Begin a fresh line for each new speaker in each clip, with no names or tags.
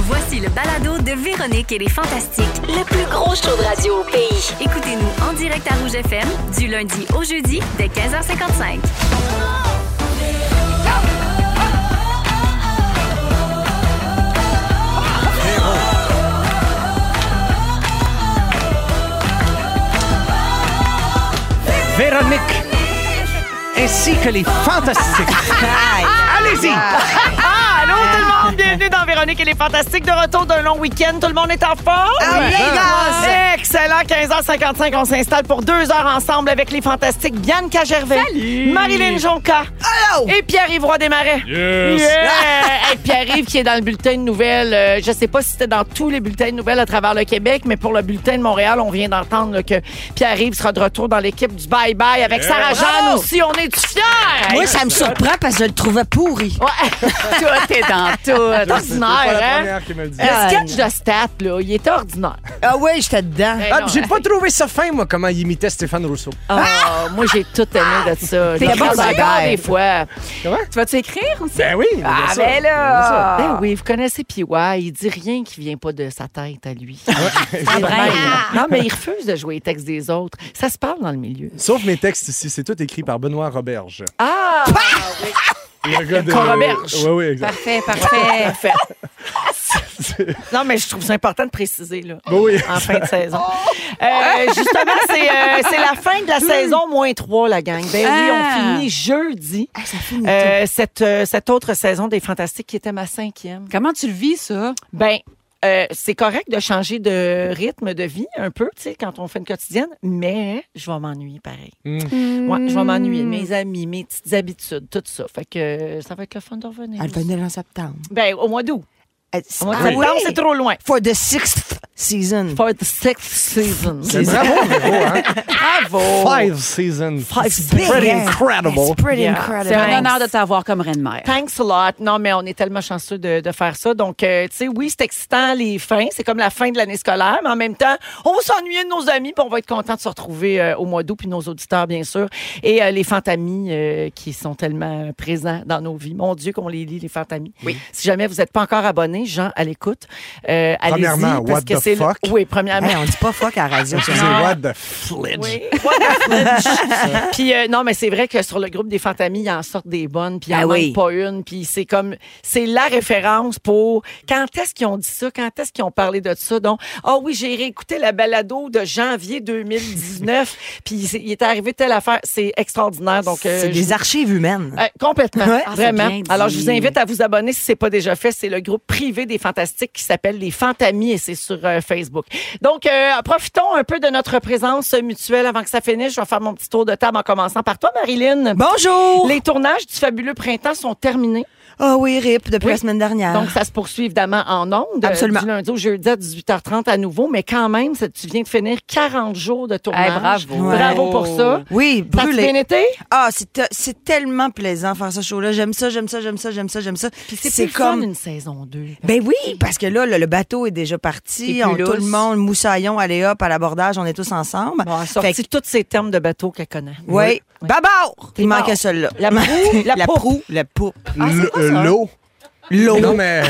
Voici le balado de Véronique et les Fantastiques.
Le plus gros show de radio au pays.
Écoutez-nous en direct à Rouge FM du lundi au jeudi dès 15h55.
Véronique ainsi que les fantastiques. Allez-y!
Ah, allô tout le monde, bienvenue dans Véronique et les Fantastiques de retour d'un long week-end. Tout le monde est en forme? Excellent, 15h55, on s'installe pour deux heures ensemble avec les Fantastiques Bianca Gervais, Marilyn Jonca et Pierre-Yves Roy Desmarais.
Yes.
Yeah. Hey, Pierre-Yves qui est dans le bulletin de nouvelles. Euh, je sais pas si c'était dans tous les bulletins de nouvelles à travers le Québec, mais pour le bulletin de Montréal, on vient d'entendre là, que Pierre-Yves sera de retour dans l'équipe du Bye Bye avec Sarah-Jeanne
Bravo.
aussi. On est du fiers?
Moi, ça me surprend parce que je le trouvais pourri.
Ouais, tout est dans tout.
C'est pas la
Ordinaire, hein?
première qui me le dit.
Le sketch de stat, là, il était ordinaire.
Ah ouais, j'étais dedans.
Hey,
Ah,
non, hein?
j'ai
hey.
pas trouvé ça fin, moi, comment il imitait Stéphane Rousseau.
Ah, moi, j'ai tout aimé de ça. T'es
bon, c'est vrai.
des fois.
Comment?
Tu vas-tu écrire aussi?
Ben oui, bien
Ah,
sûr.
ben là!
Bien
Ben oui, vous connaissez P.Y. Il dit rien qui vient pas de sa tête à lui. C'est
vrai.
vrai. Non, mais il refuse de jouer les textes des autres. Ça se parle dans le milieu.
Sauf mes textes ici, c'est tout écrit par Benoît Roberge.
Ah!
Le gars de...
Roberge.
Oui, oui, exact.
Parfait, parfait.
Non, mais je trouve ça important de préciser, là.
Ben oui.
en fin de saison. Euh, justement, c'est euh, c'est la fin de la saison moins 3, la gang. Ben oui,
Ah.
on finit jeudi.
Ah, ça finit
euh, cette, euh, cette autre saison des Fantastiques qui était ma cinquième.
tout. Comment tu le vis, ça?
Ben, euh, c'est correct de changer de rythme de vie un peu, tu sais, quand on fait une quotidienne, mais je vais m'ennuyer pareil. Ouais, je vais m'ennuyer.
Hmm.
Mes amis, mes petites habitudes, tout ça. Fait que euh, ça va être le fun de revenir.
Elle venait en septembre.
Ben, au mois d'août.
Elle-
Au mois de
Ah
septembre,
oui?
c'est trop loin.
For the sixth season.
For the sixth season.
C'est Ben, bravo, Véro, hein?
Bravo!
Five seasons.
It's big,
Pretty
hein?
incredible.
It's pretty
Yeah.
incredible.
C'est un honneur
de t'avoir comme reine-mère.
Thanks a lot. Non, mais on est tellement chanceux de, de faire ça. Donc, euh, tu sais, oui, c'est excitant, les fins. C'est comme la fin de l'année scolaire, mais en même temps, on va s'ennuyer de nos amis, puis on va être content de se retrouver euh, au mois d'août, puis nos auditeurs, bien sûr, et euh, les fantamis euh, qui sont tellement présents dans nos vies. Mon Dieu, qu'on les lit, les fantamis. Oui. Si jamais vous n'êtes pas encore abonné, Jean, à l'écoute, euh, allez-y.
Premièrement,
parce
what
que
the
c'est le-
fuck?
Oui, premièrement.
on dit pas fuck à la radio.
Je disais, what the flitch.
Oui. What the fudge? puis euh, non, mais c'est vrai que sur le groupe des fantamies, il en sortent des bonnes, puis il n'y en
Ah
manque
oui.
pas une, puis c'est comme c'est la référence pour quand est-ce qu'ils ont dit ça, quand est-ce qu'ils ont parlé de ça. Donc, ah oui, j'ai réécouté la balado de janvier 2019, puis c'est- il est arrivé telle affaire, c'est extraordinaire. Donc euh,
C'est
je
des
vous-
archives humaines.
euh, complètement,
Ouais.
Ah, vraiment.
c'est bien dit.
Alors, je vous invite à vous abonner si c'est pas déjà fait. C'est le groupe privé des Fantastiques qui s'appelle les Fantamis et c'est sur euh, Facebook. Donc, euh, profitons un peu de notre présence mutuelle avant que ça finisse. Je vais faire mon petit tour de table en commençant par toi, Marilyn.
Bonjour!
Les tournages du fabuleux printemps sont terminés.
Ah oui, RIP, depuis
Oui.
la semaine dernière.
Donc, ça se poursuit évidemment en ondes. euh,
Absolument.
Du lundi au jeudi à 18h30 à nouveau. Mais quand même, ça- tu viens de finir 40 jours de tournage.
Ouais.
Bravo pour ça.
oui,
Ça a bien
brûlé.
été?
Ah, c'est te- c'est tellement plaisant faire ce show-là. J'aime ça, j'aime ça, j'aime ça, j'aime ça, j'aime ça.
C'est comme une saison 2.
Ben oui, parce que là, le, le bateau est déjà
T'es
parti. On,
plus
tout le
lousse.
monde, moussaillon, allez hop, à l'abordage, on est tous ensemble.
Bon, elle a
Fait
sorti tous ces termes de bateau qu'elle connaît.
que- ouais.
Ben,
Babar! Il
mort.
manquait celui-là.
La proue, la
la
poupe.
proue, la poupe.
L- euh, L'eau.
L'eau.
Non, mais...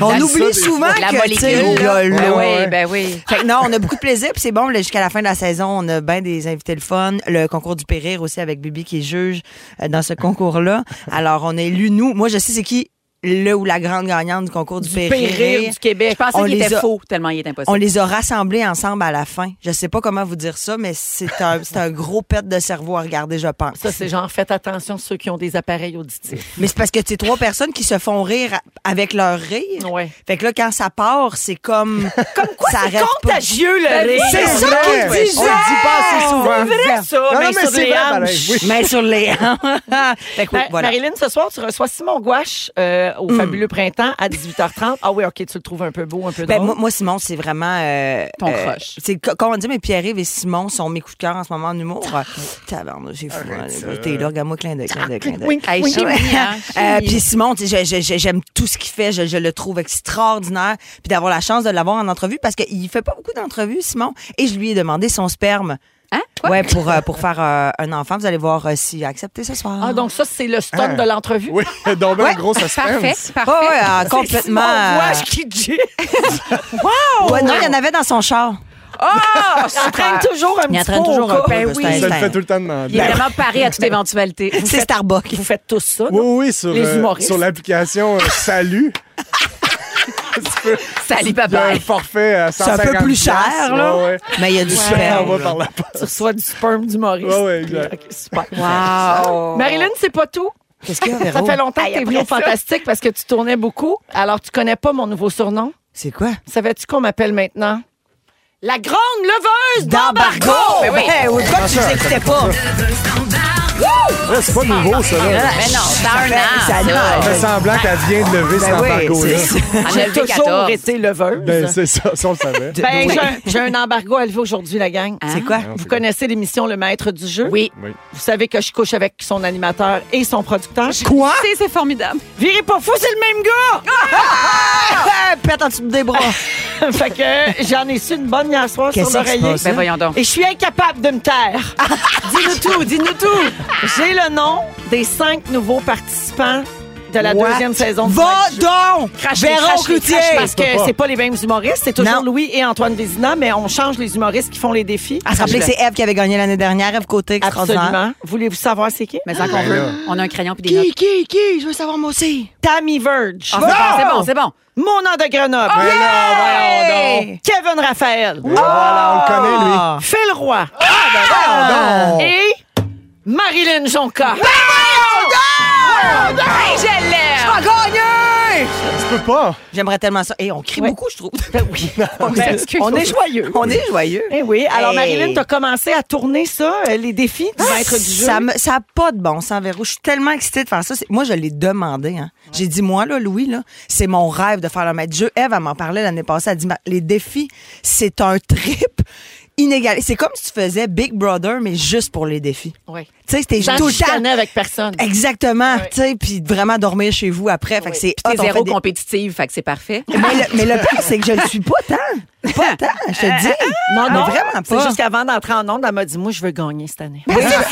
On oublie souvent
la
que tu
molécule.
sais, il y a l'eau.
Ouais,
Ah
ouais, ouais.
ben oui.
Fait que non, on a beaucoup de plaisir, puis c'est bon, là, jusqu'à la fin de la saison, on a bien des invités le fun, le concours du Périr aussi avec Bibi qui est juge euh, dans ce concours-là. Alors, on a élu, nous, moi je sais c'est qui le ou la grande gagnante du concours du, Périr.
Péril du Québec.
Je pensais
On
qu'il
les
était
a-
faux, tellement il est impossible.
On les a rassemblés ensemble à la fin. Je sais pas comment vous dire ça, mais c'est un, c'est un gros pet de cerveau à regarder, je pense.
Ça, c'est genre, faites attention ceux qui ont des appareils auditifs.
Mais c'est parce que c'est trois personnes qui se font rire à- avec leur rire.
Ouais.
Fait que là, quand ça part, c'est comme. comme quoi, ça reste pas-
Contagieux, le rire.
C'est ça
vrai.
qu'il disait!
On le dit pas assez souvent.
vrai, ça,
Non, non,
mais,
mais
sur
c'est
les
vrai,
hanches.
pareil, oui.
Mais sur les. fait que oui,
Ma-
voilà.
Ben, Marilyn, ce soir, tu reçois Simon Gouache euh, au Fabuleux Printemps à 18h30. Ah oui, OK, tu le trouves un peu beau, un peu
Ben,
drôle.
moi, moi, Simon, c'est vraiment. euh,
Ton
euh,
crush.
C'est co- comme on dit, mais Pierre-Yves et Simon sont mes coups de cœur en ce moment en humour. Tabarnouche, c'est fou. hein, le gars, T'es là, regarde-moi, clin d'œil, clin d'œil, clin d'œil.
Hey,
Ah ouais.
chimie, hein?
Euh, Puis Simon, tu sais, je- je- je- j'aime tout ce qu'il fait, je, je le trouve extraordinaire. Puis d'avoir la chance de l'avoir en entrevue parce qu'il fait pas beaucoup d'entrevues, Simon. Et je lui ai demandé son sperme.
Hein? Quoi?
Ouais, pour, euh, pour faire euh, un enfant. Vous allez voir euh, s'il a accepté ce soir.
Ah, donc ça, c'est le stock de l'entrevue.
Oui, donc ben,
Ouais.
gros suspense.
Parfait,
Oh,
parfait.
ouais, ah,
C'est
complètement.
Simon
euh,
Gouache qui dit.
ouais, non, il y en avait dans son char.
Oh,
Ah, Il entraîne toujours un
Il
petit
entraîne
pot
toujours
au
un
cas.
peu,
Ben
c'est
oui.
un-
Ça le fait tout le temps demander.
Il est vraiment paré à toute éventualité. Vous
C'est
faites-
Starbucks.
Vous faites tous ça,
Oui,
non?
oui, oui, sur,
Les
euh,
humoristes.
sur l'application euh, Salut. Tu peux-
Salut,
Il y a
papa.
un forfait à 150
un peu plus cher,
piastres.
là.
Ouais, ouais.
Mais il y a du
Ça
super.
va par la
Tu reçois du sperme du Maurice.
Ouais, ouais, exact.
Ok, super.
Wow.
Marilyn, c'est pas tout.
Qu'est-ce qu'il y a,
Ça
Véro?
fait longtemps que t'es venu au Fantastique parce que tu tournais beaucoup. Alors, tu connais pas mon nouveau surnom.
C'est quoi?
Savais-tu qu'on m'appelle maintenant? La grande leveuse
D'embargo!
d'embargo!
Ben oui, pourquoi tu les écoutais pas?
C'est pas nouveau, ça. Là.
Mais non, t'as un an.
Ça
Elle fait semblant qu'elle vient de lever cet
Ben oui,
embargo-là.
c'est-
En
J'ai
élevé
toujours
14.
été leveuse.
Ben, c'est ça, ça, on le savait.
Ben, j'ai- j'ai un embargo à lever aujourd'hui, la gang. Ah,
C'est quoi?
Vous connaissez l'émission Le Maître du jeu?
Oui.
Oui.
Vous savez que je couche avec son animateur et son producteur.
Quoi?
C'est- C'est formidable.
Virez pas fou, c'est le même gars!
Ah, pète en dessous des bras.
fait que euh, j'en ai su une bonne hier soir sur
Qu'est-ce qui se
l'oreiller.
passe,
Ben voyons donc.
Et je suis incapable de me taire. dis-nous tout, dis-nous tout. J'ai le nom des cinq nouveaux participants de la
What?
deuxième saison. du
Va
Maître du Jeu.
donc!
Crache-les,
Véro
crache-les,
Cloutier!
crache-les, Parce que c'est pas les mêmes humoristes, c'est toujours
Non.
Louis et Antoine Vézina, mais on change les humoristes qui font les défis.
À se rappeler que c'est Eve qui avait gagné l'année dernière, Eve Côté, extraordinaire.
Absolument. Voulez-vous savoir c'est qui?
Mais sans qu'on veut, on a un crayon puis des notes.
qui, qui? Je veux savoir moi aussi.
Tammy Verge.
Ah, c'est bon, c'est
Oh.
bon, c'est bon.
Mon nom de Grenoble.
Ben non, voyons donc.
Kevin Raphaël.
Ah!
Voilà, on le connaît, lui.
Phil Roy.
Non.
Ah!
Et Marilyn Jonca.
Hey, je l'aime.
Pas gagné!
Tu peux pas.
J'aimerais tellement ça. Et on crie
Ouais.
beaucoup, je trouve.
Ben, on est joyeux.
On est joyeux.
Eh oui. Alors,
Hey. Ah,
Marilyn, t'as commencé à tourner ça, euh, les défis du maître du jeu.
Ça me- ça a pas de bon sens, Véro. Je suis tellement excitée de faire ça. C'est- Moi, je l'ai demandé. Hein. J'ai dit, moi, là, Louis, là, c'est mon rêve de faire le maître jeu. Eve, elle m'en parlait l'année passée. Elle dit, Ma- les défis, c'est un trip inégalé. C'est comme si tu faisais Big Brother, mais juste pour les défis.
Ouais.
Tu sais, c'était
Sans
tout le
chicaner
temps.
avec personne.
Exactement, tu sais, puis vraiment dormir chez vous après. Fait que c'est
T'es
Ah,
hot, on
zéro
fait des-
compétitive, fait que c'est parfait.
Mais le, mais le pire, c'est que je le suis pas tant.
Ah,
Pas tant, je te dis.
Non,
Ah, Mais
non.
vraiment
C'est
pas. Ben,
juste qu'avant d'entrer en onde, elle m'a dit, moi, je veux gagner cette année.
Mais c'est parce,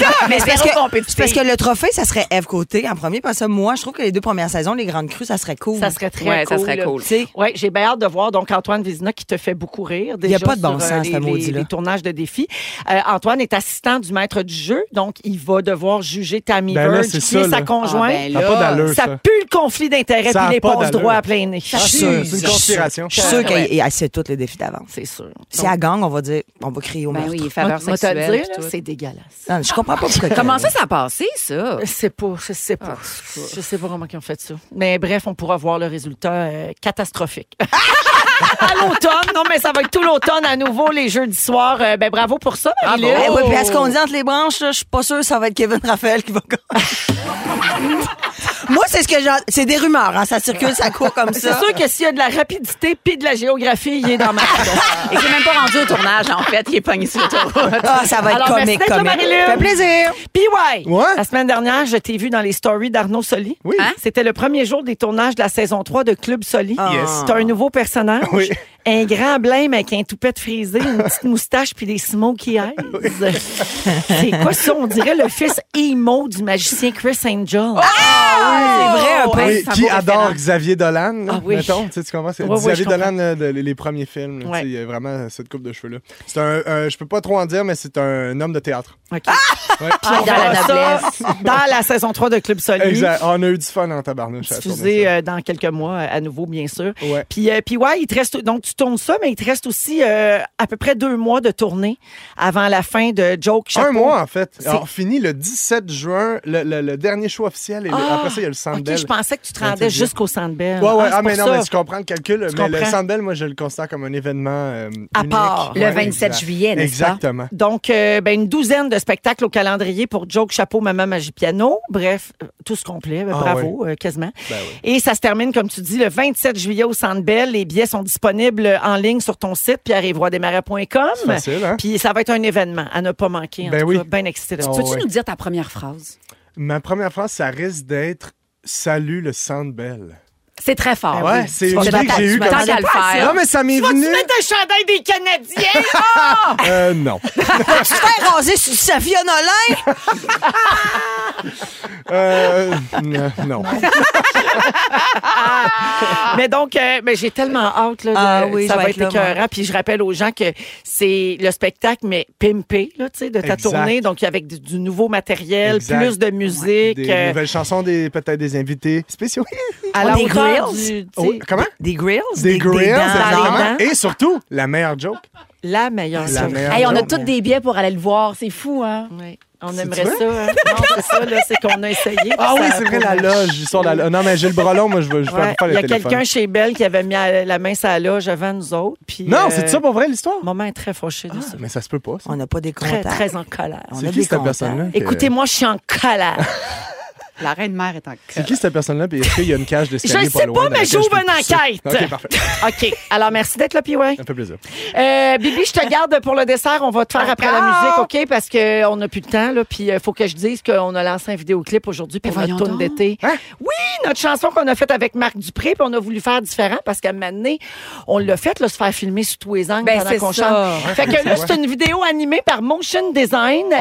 zéro
que,
compétitif.
c'est parce que le trophée, ça serait Eve Côté en premier. Parce que moi, je trouve que les deux premières saisons, les grandes crues, ça serait cool.
Ça serait très
Ouais,
cool.
ça serait
là.
cool.
Tu sais,
Oui, j'ai bien hâte de voir donc Antoine Vézina qui te fait beaucoup rire. Il
a pas de bon sens, ce
les, les,
maudit-là.
les tournages de défis. Euh, Antoine est assistant du maître du jeu, donc il va devoir juger Tammy
Ben là,
Verge,
c'est
qui
ça,
est sa
là.
conjointe.
Ah, ben
Ça a pas d'allure,
ça
ça.
pue le conflit d'intérêts
Ça
puis
a
les
pas
passe
d'allure. Ah,
droit à plein nez.
Je suis
sûr,
sûre.
c'est une conspiration.
Ah, Je suis sûre
Ouais.
qu'elle elle sait toutes ah, les défis d'avance.
C'est sûr.
Si elle gagne, on va dire, on va crier au
Ben
meurtre.
oui,
Moi,
faveur
moi, te le
sexuelle.
dire,
puis
là,
tout.
c'est dégueulasse.
Non, je comprends pas pourquoi.
Comment ça, ça a passé, ça?
Je sais Euh, pas, je sais pas. je sais pas comment ils ont fait ça. Mais bref, on pourra voir le résultat euh, catastrophique. à l'automne, non mais ça va être tout l'automne à nouveau les jeudis soirs. Euh, ben bravo pour ça, Marie-Lynn.
Eh oui, puis à ce qu'on dit entre les branches, là, je suis pas sûre que ça va être Kevin Raphaël qui va gagner. Moi, c'est ce que j'ai. C'est des rumeurs, hein, ça circule, ça court comme
C'est
ça.
sûr que s'il y a de la rapidité puis de la géographie, il est dans ma
Ah. Et c'est même pas rendu au tournage, en fait. Il est pogné sur l'autoroute.
Ah, ça va être
Alors, merci
comique,
d'être là,
comique.
Marilyn.
Fait plaisir.
PY.
Ouais.
La semaine dernière, je t'ai vu dans les stories d'Arnaud Soli.
Oui.
Hein?
C'était le premier jour des tournages de la saison 3 de Club Soli.
Yes.
C'est un nouveau personnage.
Oui.
Un grand blême avec un toupet de frisé, une petite moustache puis des smokey eyes. C'est quoi ça? On dirait le fils emo du magicien Chris Angel.
C'est vrai, un peu.
Ouais,
Oui,
c'est un
qui
beau
adore
référent.
Xavier Dolan, là,
Ah oui.
mettons, tu sais, tu commences,
oui, je
Xavier
comprends.
Dolan, là, de- les, les premiers films, là, tu
Ouais.
sais, il y a vraiment cette coupe de cheveux-là. C'est un, un- je peux pas trop en dire, mais c'est un homme de théâtre.
OK.
Ouais.
Ah! Puis on
dans la
verra ça dans la saison 3 de Club Soli.
Exact. On a eu du fun en tabarnouche à la
diffusé euh, dans quelques mois euh, à nouveau, bien sûr.
Ouais.
Puis, euh, puis ouais, il te reste donc tu tournes ça, mais il te reste aussi euh, à peu près deux mois de tournée avant la fin de Joke Chapeau.
Un mois, en fait. Alors, fini le 17 juin, le, le- le dernier choix officiel, et le-
Ah!
après ça, il y a le Centre
Ok,
Bell.
je pensais que tu te
Ouais,
rendais
c'est bien.
jusqu'au Centre Bell.
Ouais, ouais.
c'est
Ah, mais
pour
non,
ça.
mais tu comprends le calcul.
Tu
mais le
comprends.
Centre Bell, moi, je le considère comme un événement euh,
À
unique.
part.
Le 27 juillet, n'est-ce pas?
Exactement.
Donc, euh, ben, une douzaine de spectacles au calendrier pour Joke Chapeau, Maman Magie Piano. Bref, euh, tout ce complet. Ben,
Ah
bravo, euh, quasiment.
Ben oui.
Et ça se termine, comme tu dis, le 27 juillet au Centre Bell. Les billets sont disponibles en ligne sur ton site,
C'est
pierre-évoidesmarais.com.
facile, hein?
Puis ça va être un événement à ne pas manquer. En
Ben
tout
oui.
cas, bien excité de ça.
Oh,
Peux-tu
ouais.
nous dire ta première phrase?
Ma première phrase, ça risque d'être Salut le Centre Bell.
C'est très fort.
Ah Ouais, c'est
Ben Tu
une
vas
idée
te
que j'ai eue
Ben
mettre-
comme
Tant
ça.
qu'à le faire.
Non, mais ça m'est
Vas-tu
venu.
mettre un chandail des Canadiens?
Euh, non.
Tu te fais raser sur sa Nolin?
Euh, n- non.
Mais donc, euh, mais j'ai tellement hâte. Là, de-
Ah oui,
ça
je
va
vais
être
être là,
écœurant. Puis je rappelle aux gens que c'est le spectacle, mais pimpé là, tu sais, de ta
Exact.
tournée. Donc, avec du, du nouveau matériel,
Exact.
plus de musique.
Des
euh,
nouvelles chansons, des, peut-être des invités spéciaux.
à la
Des
hauteur
grills.
du, tu sais,
Oh, comment?
Des grills?
Des, grills, exactement.
Dans les
Et surtout, la meilleure joke.
la meilleure
La
soirée.
meilleure
Hey, on a
joke.
tous des billets pour aller le voir. C'est fou, hein?
Ouais. On aimerait ça. hein. Non, c'est ça, là, c'est qu'on a essayé.
Ah oui,
Ça-
c'est vrai, la loge. L'histoire de la loge. Non, mais Gilles Brelon, moi, je vais je vais
Ouais.
faire
Il
le
y a
téléphone.
quelqu'un chez Belle qui avait mis à- la main sa loge avant nous autres. Puis,
Non,
euh,
c'est ça pour vrai, l'histoire?
Maman est très fâchée
Ah,
de ça.
Mais ça se peut pas, ça.
On n'a pas des
Très,
contacts.
très en colère.
On
C'est
a
qui
des
cette
contacts.
personne-là? que-
Écoutez-moi, je suis en colère.
La reine mère est en
C'est qui cette personne-là? Puis est-ce qu'il y a une cage
Je
d'escalier
ne sais
loin
pas,
dans
mais
laquelle je
j'ouvre
peux
une
pousser?
enquête.
OK, parfait.
OK. Alors, merci d'être là, puis ouais.
Ça me fait plaisir.
Euh, Bibi, je te garde pour le dessert. On va te faire après la musique, OK? Parce qu'on n'a plus le temps, là. Puis il faut que je dise qu'on a lancé un vidéoclip aujourd'hui pour notre
Mais Ben voyons
tourne
donc. Hein?
d'été. Oui, notre chanson qu'on a faite avec Marc Dupré, puis on a voulu faire différent parce qu'à un moment donné, on l'a faite, là, se faire filmer sous tous les angles
Ben,
pendant
c'est Ah,
qu'on
ça.
chante. Fait que là, c'est une vidéo animée par Motion Design. Euh,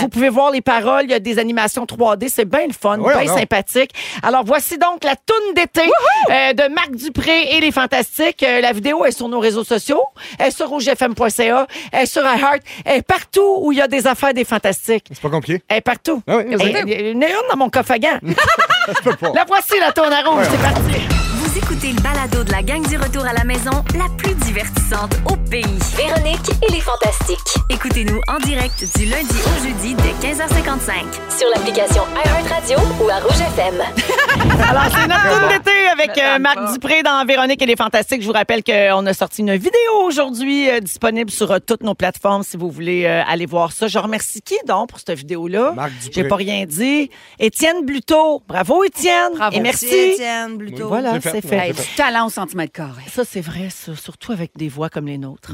vous pouvez voir les paroles. Il y a des animations 3D. C'est bien le fun,
Ouais,
bien
non.
sympathique. Alors, voici donc la toune d'été euh, de Marc Dupré et les Fantastiques. Euh, la vidéo est sur nos réseaux sociaux, elle est sur rougefm.ca, elle est sur iHeart, elle est partout où il y a des affaires des Fantastiques.
C'est pas compliqué.
Elle est partout.
Ah oui,
Elle-
c'est
il y en a une dans mon coffre à gants.
pas.
la voici, la toune à rouge. C'est parti.
Vous écoutez le balado de la gang du retour à la maison, la plus divertissante au pays.
Véronique et les Fantastiques.
Écoutez-nous en direct du lundi au jeudi dès 15h55.
Sur l'application iHeartRadio ou à Rouge FM.
Alors, c'est
Ah,
notre tour d'été avec euh, Marc Dupré dans Véronique et les Fantastiques. Je vous rappelle qu'on a sorti une vidéo aujourd'hui euh, disponible sur euh, toutes nos plateformes si vous voulez euh, aller voir ça. Je remercie qui donc pour cette vidéo-là?
Marc Dupré.
J'ai pas rien dit. Étienne Bluteau. Bravo, Étienne.
Bravo.
Et merci.
Étienne, plutôt.
Oui.
Voilà,
C'est fait.
c'est
Ouais,
fait.
Hey, du talent au centimètre carré.
Ça, c'est vrai, ça, surtout avec des voix comme les nôtres.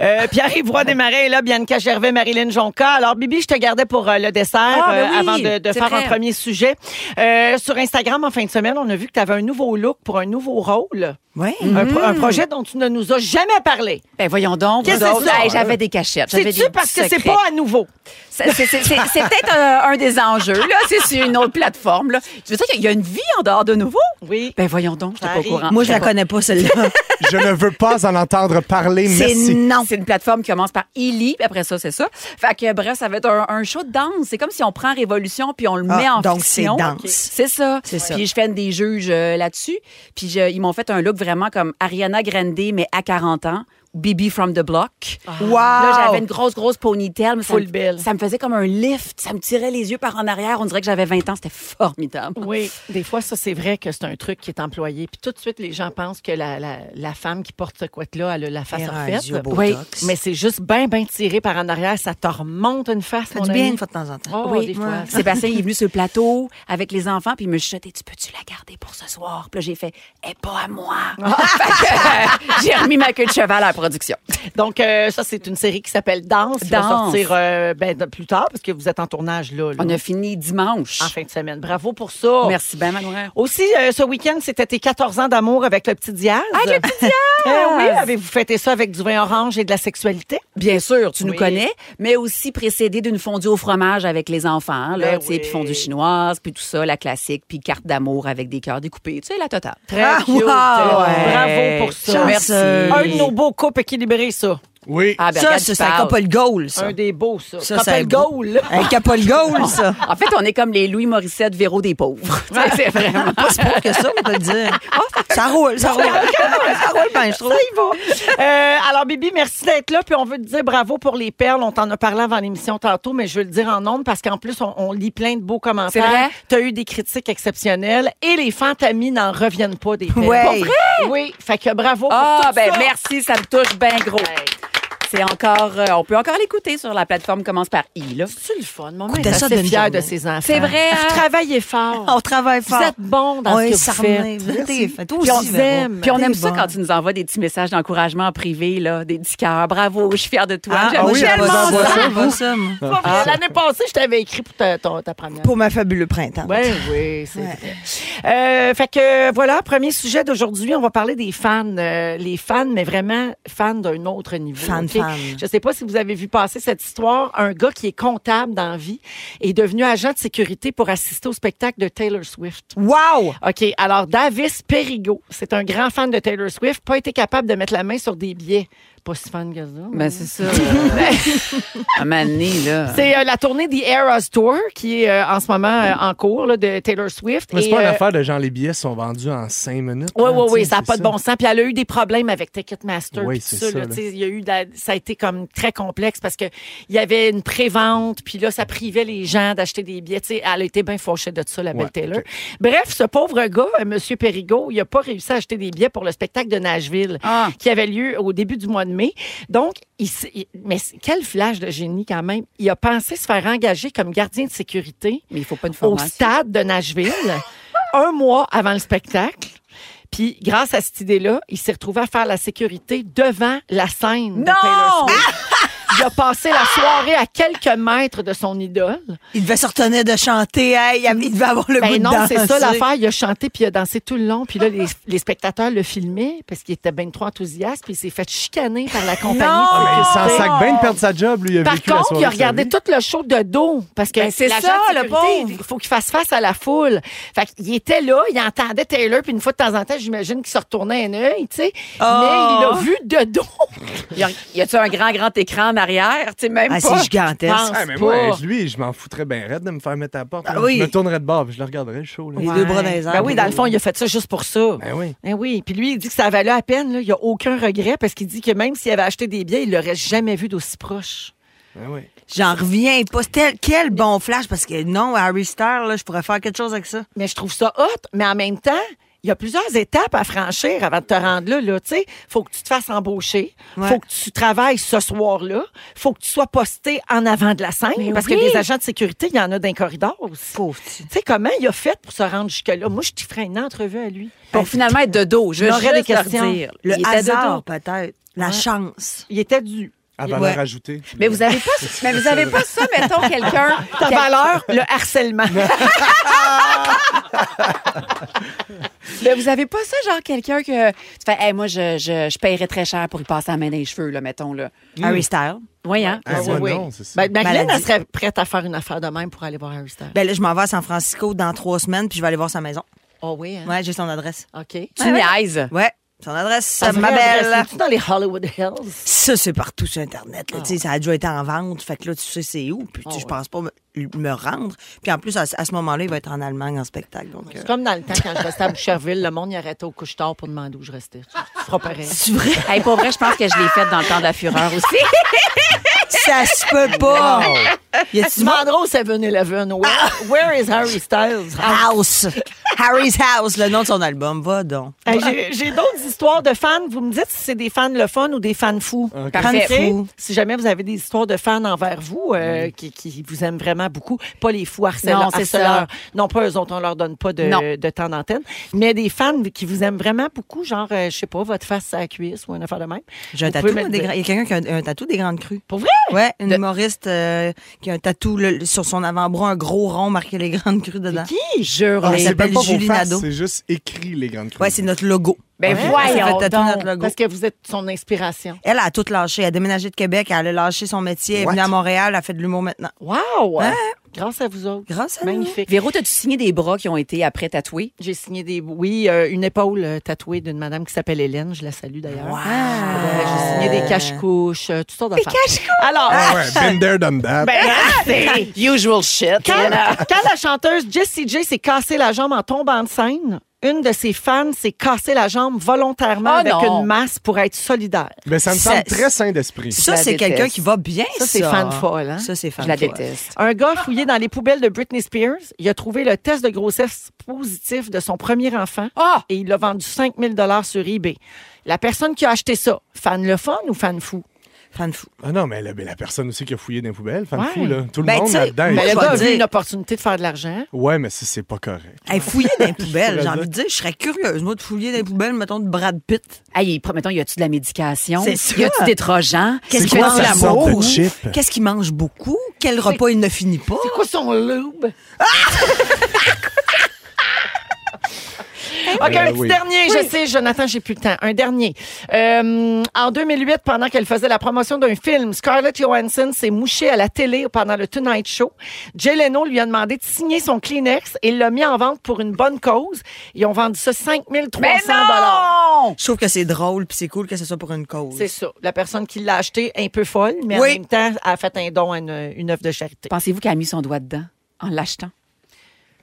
Euh, Pierre-Yves Roy Desmarais est là, Bianca Gervais, Marilyn Jonca. Alors, Bibi, je te gardais pour euh, le dessert
Ah, ben oui,
avant de, de
c'est
faire
vrai.
un premier sujet. Euh, sur Instagram, en fin de semaine, on a vu que tu avais un nouveau look pour un nouveau rôle.
Oui.
Un, pro-
Mm-hmm.
un projet dont tu ne nous as jamais parlé.
Ben voyons donc.
Qu'est-ce
vous
que
autres.
c'est ça?
Hey, J'avais des cachettes. j'avais
C'est-tu
des
parce que c'est
secrets.
pas à nouveau?
C'est c'est- c'est- c'est- c'est peut-être un, un des enjeux, là. C'est sur une autre plateforme, là. Tu veux dire qu'il y a une vie en dehors de nouveau?
Oui.
Ben voyons donc, j'étais
Ça
pas au
arrive.
courant.
Moi, je la
J'étais pas-
connais pas, celle-là.
Je ne veux pas en entendre parler,
C'est
merci.
non.
C'est une plateforme qui commence par Illy, puis après ça, c'est ça. Fait que bref, ça va être un, un show de danse. C'est comme si on prend Révolution puis on le
Ah,
met en
donc
fiction.
c'est danse.
Ok. C'est ça.
C'est ça.
Puis je fais une des juges euh, là-dessus. Puis je- ils m'ont fait un look vraiment comme Ariana Grande, mais à 40 ans. Bibi from the block.
Wow!
Là, j'avais une grosse, grosse ponytail. Mais ça,
Full
me-
belle.
ça me faisait comme un lift. Ça me tirait les yeux par en arrière. On dirait que j'avais 20 ans. C'était formidable.
Oui, des fois, ça, c'est vrai que c'est un truc qui est employé. Puis tout de suite, les gens pensent que la, la, la femme qui porte ce couette-là, elle a la face
Et un
refaite.
duo Botox.
Oui, mais c'est juste bien, bien tiré par en arrière. Ça te remonte une face,
Ça
mon
fait du bien
ami.
une fois de temps en temps.
Oh,
oui,
des fois.
Sébastien il est venu sur le plateau avec les enfants, puis il me chutait Tu peux-tu la garder pour ce soir? Puis là, j'ai fait Elle est pas à moi.
Ah.
Fait que, euh, j'ai remis ma queue de cheval à la production.
Donc, euh, ça, c'est une série qui s'appelle Danse. qui va
Danse.
sortir euh, ben, de- plus tard, parce que vous êtes en tournage là, là,
On a fini dimanche.
en Oh. fin de semaine. Bravo pour ça.
Merci bien, Manuel.
Aussi, euh, ce week-end, c'était tes 14 ans d'amour avec le petit Diaz. Avec le petit Diaz! oui, avez-vous fêté ça avec du vin orange et de la sexualité?
Bien sûr, tu nous
Oui.
connais, mais aussi précédé d'une fondue au fromage avec les enfants, là,
Ben
tu sais, puis
oui.
fondue chinoise, puis tout ça, la classique, puis carte d'amour avec des cœurs découpés, tu sais, la totale.
Très
Ah,
cute.
wow!
Bravo pour ça.
Merci.
Un de nos beaux couples équilibrés, ça.
Oui.
Ah, ben,
Ça,
regarde,
c'est
tu
ça
parles.
n'a pas le goal, ça.
Un des beaux, ça.
Ça,
Couple
c'est beau.
goal.
Un qui a pas le goal, ça.
En fait, on est comme les Louis Morissette Véro des pauvres. Tu sais, c'est vraiment
Pas si pauvre que ça, on peut le dire.
Ah,
Ça roule, ça roule. ça roule bien, je trouve.
Euh, alors, Bibi, merci d'être là. Puis on veut te dire bravo pour les perles. On t'en a parlé avant l'émission tantôt, mais je veux le dire en nombre parce qu'en plus, on, on lit plein de beaux
C'est
commentaires.
vrai?
Tu as eu des critiques exceptionnelles et les fantamis n'en reviennent pas des perles.
Ouais. Pas
Oui, fait que bravo pour
Ah,
tout
ben
ça.
merci, ça me touche bien gros. c'est encore, euh, on peut encore l'écouter sur la plateforme Commence par I. là.
C'est le fun. Maman est
Écoutez ça
assez
d'une
fière de
journée.
ses enfants.
C'est vrai, hein?
Travaillez fort.
On travaille fort.
Vous êtes bon dans
Ouais,
ce que vous
Sarmé,
faites.
t'es- toi
Puis on
aussi, Véro.
aime.
Puis on aime
T'es
ça
bonne.
quand tu nous envoies des petits messages d'encouragement en privé, là, des petits cœurs. Bravo, je suis fière de toi.
Ah,
J'aime
ah oui,
tellement
elle
ça,
va
moi.
ça.
ça, elle va ça, moi.
Pas vrai, L'année passée, je t'avais écrit pour ta, ton- ta première.
Pour ma fabuleux printemps.
Oui, Ben oui, c'est vrai. Euh, fait que euh, voilà, premier sujet d'aujourd'hui, on va parler des fans. euh, les fans, mais vraiment fans d'un autre niveau.
Fan,
ok?
fan.
Je sais pas si vous avez vu passer cette histoire. Un gars qui est comptable dans la vie est devenu agent de sécurité pour assister au spectacle de Taylor Swift.
Wow!
OK. Alors, Davis Perigo, c'est un grand fan de Taylor Swift, pas été capable de mettre la main sur des billets. Pas si fan que ça. mais-
Ben, c'est ça. euh, à un moment donné, là.
C'est euh, la tournée The Eras Tour qui est euh, en ce moment euh, en cours là, de Taylor Swift.
Mais c'est
Et,
pas une
euh,
affaire de genre les billets sont vendus en 5 minutes.
Oui,
hein,
oui,
tu
oui,
sais,
ça n'a
c'est
pas de bon sens. Puis elle a eu des problèmes avec Ticketmaster.
Oui,
puis
c'est
tout ça,
ça,
là,
là.
tu sais, il y a eu de la- ça a été comme très complexe parce qu'il y avait une prévente, puis là, ça privait les gens d'acheter des billets. Tu sais, elle a été bien fauchée de ça, la belle
Ouais,
Taylor. Bref, ce pauvre gars, euh, M. Périgaud, il n'a pas réussi à acheter des billets pour le spectacle de Nashville
Ah.
qui avait lieu au début du mois de mai. Donc, il, s- il- mais c- quel flash de génie quand même. Il a pensé se faire engager comme gardien de sécurité
Mais il faut pas une
au
formation.
stade de Nashville un mois avant le spectacle. Puis, grâce à cette idée-là, il s'est retrouvé à faire la sécurité devant la scène de
Non!
Taylor Swift. Il a passé la soirée à quelques mètres de son idole.
Il devait se retenir de chanter. hey, il devait avoir le goût
Ben
de
non, c'est ça
danser.
l'affaire. Il a chanté puis il a dansé tout le long. Puis là, les, les spectateurs le filmaient parce qu'il était ben trop enthousiaste. Puis il s'est fait chicaner par la compagnie.
Non!
de
Ah, Mais
sécurité.
il s'en sac bien de perdre sa job, lui. Il a
Par
vécu la
contre,
soirée
il a
de sa
regardé
vie.
tout le show de dos parce que
Ben, c'est
l'agent
ça,
de
le
sécurité,
pauvre.
Il faut qu'il fasse face à la foule. Fait qu'il était là, il entendait Taylor, puis une fois de temps en temps, j'imagine qu'il se retournait un œil, tu sais. Mais il l'a vu de dos.
Y a- Y a-tu un grand, grand écran en arrière? Tu sais, même
Ah,
pas.
c'est gigantesque.
Pense
Ah, mais
pas.
moi, Ah lui, je m'en foutrais bien raide de me faire mettre à la porte. là.
oui.
Je me tournerais de bord, puis je le regarderais le show. Là.
Les deux bras dans les airs.
Ben oui, dans le fond, il a fait ça juste pour ça.
Ben oui.
Ben oui. Puis lui, il dit que ça valait à peine. Là. Il a aucun regret parce qu'il dit que même s'il avait acheté des billets, il l'aurait jamais vu d'aussi proche.
Ben oui.
J'en reviens pas. Tel- quel bon flash, parce que non, Harry Star, là, je pourrais faire quelque chose avec ça.
mais je trouve ça hot, mais en même temps, il y a plusieurs étapes à franchir avant de te rendre là. là. Il faut que tu te fasses embaucher.
Ouais.
faut que tu travailles ce soir-là. faut que tu sois posté en avant de la scène. parce
oui.
que des agents de sécurité, il y en a d'un corridor aussi.
Pauvre petit.
Tu sais, comment il a fait pour se rendre jusque-là? Moi, je t'y ferais une entrevue à lui.
Pour finalement être de dos. Je veux
J'aurais des
juste leur
questions.
dire.
Le
Il était de
hasard,
dos.
peut-être. La chance.
Il était dû.
À valeur
Ouais.
ajoutée.
Mais vous avez pas, mais vous avez pas ça, mettons, quelqu'un.
Ta valeur, le harcèlement.
Mais Ben, vous avez pas ça, genre quelqu'un que tu fais, hey, moi, je, je, je paierais très cher pour y passer la main dans les cheveux, là, mettons, là.
Mm.
Harry Star.
Voyons.
Ah,
Oui,
moi,
oui.
non, c'est ça.
Ben, Madeleine,
Maladie.
elle serait prête à faire une affaire de même pour aller voir Harry Styles.
Ben là, je m'en vais à San Francisco dans trois semaines, puis je vais aller voir sa maison.
oh oui, hein?
Ouais, j'ai son adresse.
OK.
Tu niaises.
Ouais, son adresse,
Ta
ma
vraie
belle.
Ah, adresse, Ah, c'est-tu dans les Hollywood Hills?
Ça, c'est partout sur Internet. Là, Tu sais, Ça a déjà été en vente. Fait que là, tu sais c'est où. Puis tu
Ah
sais, je pense pas me, me rendre. Puis en plus, à, à ce moment-là, il va être en Allemagne en spectacle. Donc, euh,
C'est comme dans le temps, quand je restais à Boucherville, le monde y arrêtait au couche-tard pour demander où je restais. Tu tu feras pareil.
c'est vrai?
Hey, pour vrai, je pense que je l'ai faite dans le temps de la fureur aussi.
Ça se peut pas! Y a-tu
Tu
du monde?
demanderas Ah! au 7-Eleven, where, where is Harry Styles?
House! Harry's House, le nom de son album. Va donc.
Hey, j'ai- J'ai d'autres histoires de fans. Vous me dites si c'est des fans le fun ou des fans fous.
Parfait.
Tu sais,
Fou.
Si jamais vous avez des histoires de fans envers vous euh, qui, qui vous aiment vraiment beaucoup, pas les fous harceleurs,
Non, c'est ça.
harceleurs. non pas eux autres, on leur donne pas
Non.
de, de temps d'antenne, mais des fans qui vous aiment vraiment beaucoup, genre, euh, je sais pas, votre face à la cuisse ou une affaire de même.
J'ai un
Vous
tatou.
pouvez
moi,
mettre-
des gra- Il y a quelqu'un qui a un, un tatou des grandes crues.
Pour vrai?
Ouais, une humoriste euh, qui a un tatou le- sur son avant-bras, un gros rond marqué les grandes crues dedans.
Qui? Jure.
Elle
Ah, c'est
s'appelle
même pas vos
Julie
faces,
Nadeau.
C'est juste écrit, les grandes crues.
Ouais, c'est notre logo.
Ben
Ouais. Elle
voyons
s'est fait tatouer
donc.
notre logo.
Parce que vous êtes son inspiration.
Elle a tout lâché. Elle a déménagé de Québec, elle a lâché son métier, elle est venue à Montréal, elle fait de l'humour maintenant.
Wow! Grâce à vous autres.
Grâce à nous.
Magnifique.
Véro, t'as-tu signé des bras qui ont été après tatoués?
J'ai signé des. Oui, euh, une épaule euh, tatouée d'une madame qui s'appelle Hélène. Je la salue d'ailleurs. Euh, J'ai signé des cache-couches, euh, toutes sortes d'affaires. Des cache-couches! Alors.
Ah ouais, been there, done that.
ben, c'est-
Usual shit.
quand, quand la chanteuse Jessie J s'est cassée la jambe en tombant de scène, une de ses fans s'est cassée la jambe volontairement
Ah
avec
non.
une masse pour être solidaire.
Ben, ça me
Ça-
semble très sain d'esprit.
Ça,
la
c'est
déteste.
quelqu'un qui va bien, ça.
Ça, c'est fan folle, hein?
Ça, c'est fan
Je la
folle.
déteste.
Un gars fouillé dans les poubelles de Britney Spears, il a trouvé le test de grossesse positif de son premier enfant
Ah!
et il l'a vendu 5 000 sur eBay. La personne qui a acheté ça, fan le fun ou fan fou?
Fan fou.
Ah non, mais la, mais la personne aussi qui a fouillé dans les poubelles, fan
Ouais.
fou, là. Tout le
Ben,
monde
tu sais,
là-dedans.
ben,
Mais le
je
gars a
vais
vu
dire-
une opportunité de faire de l'argent.
Ouais, mais ça, c'est pas correct.
Hey, fouiller dans les poubelles, j'ai
Raison.
envie de dire, je serais curieuse, moi, de fouiller dans les poubelles, mettons, de Brad Pitt.
Hey, mettons, y a-tu de la médication?
C'est ça.
Y a-tu des trojans?
Qu'est-ce
C'est
qu'il
quoi
mange
sa sorte de
beaucoup?
chip?
Qu'est-ce qu'il mange beaucoup? Quel repas il ne finit pas?
C'est quoi son lube? OK, un
Euh,
petit
oui.
dernier. Je sais, Jonathan, j'ai plus le temps. Un dernier. Euh, en 2008, pendant qu'elle faisait la promotion d'un film, Scarlett Johansson s'est mouchée à la télé pendant le Tonight Show. Jay Leno lui a demandé de signer son Kleenex et il l'a mis en vente pour une bonne cause. Ils ont vendu ça 5300
non!
Je trouve que c'est drôle puis c'est cool que ce soit pour une cause.
C'est ça. La personne qui l'a acheté, un peu folle, mais
Oui.
en même temps, a fait un don à une, une œuvre de charité.
Pensez-vous qu'elle a mis son doigt dedans en l'achetant?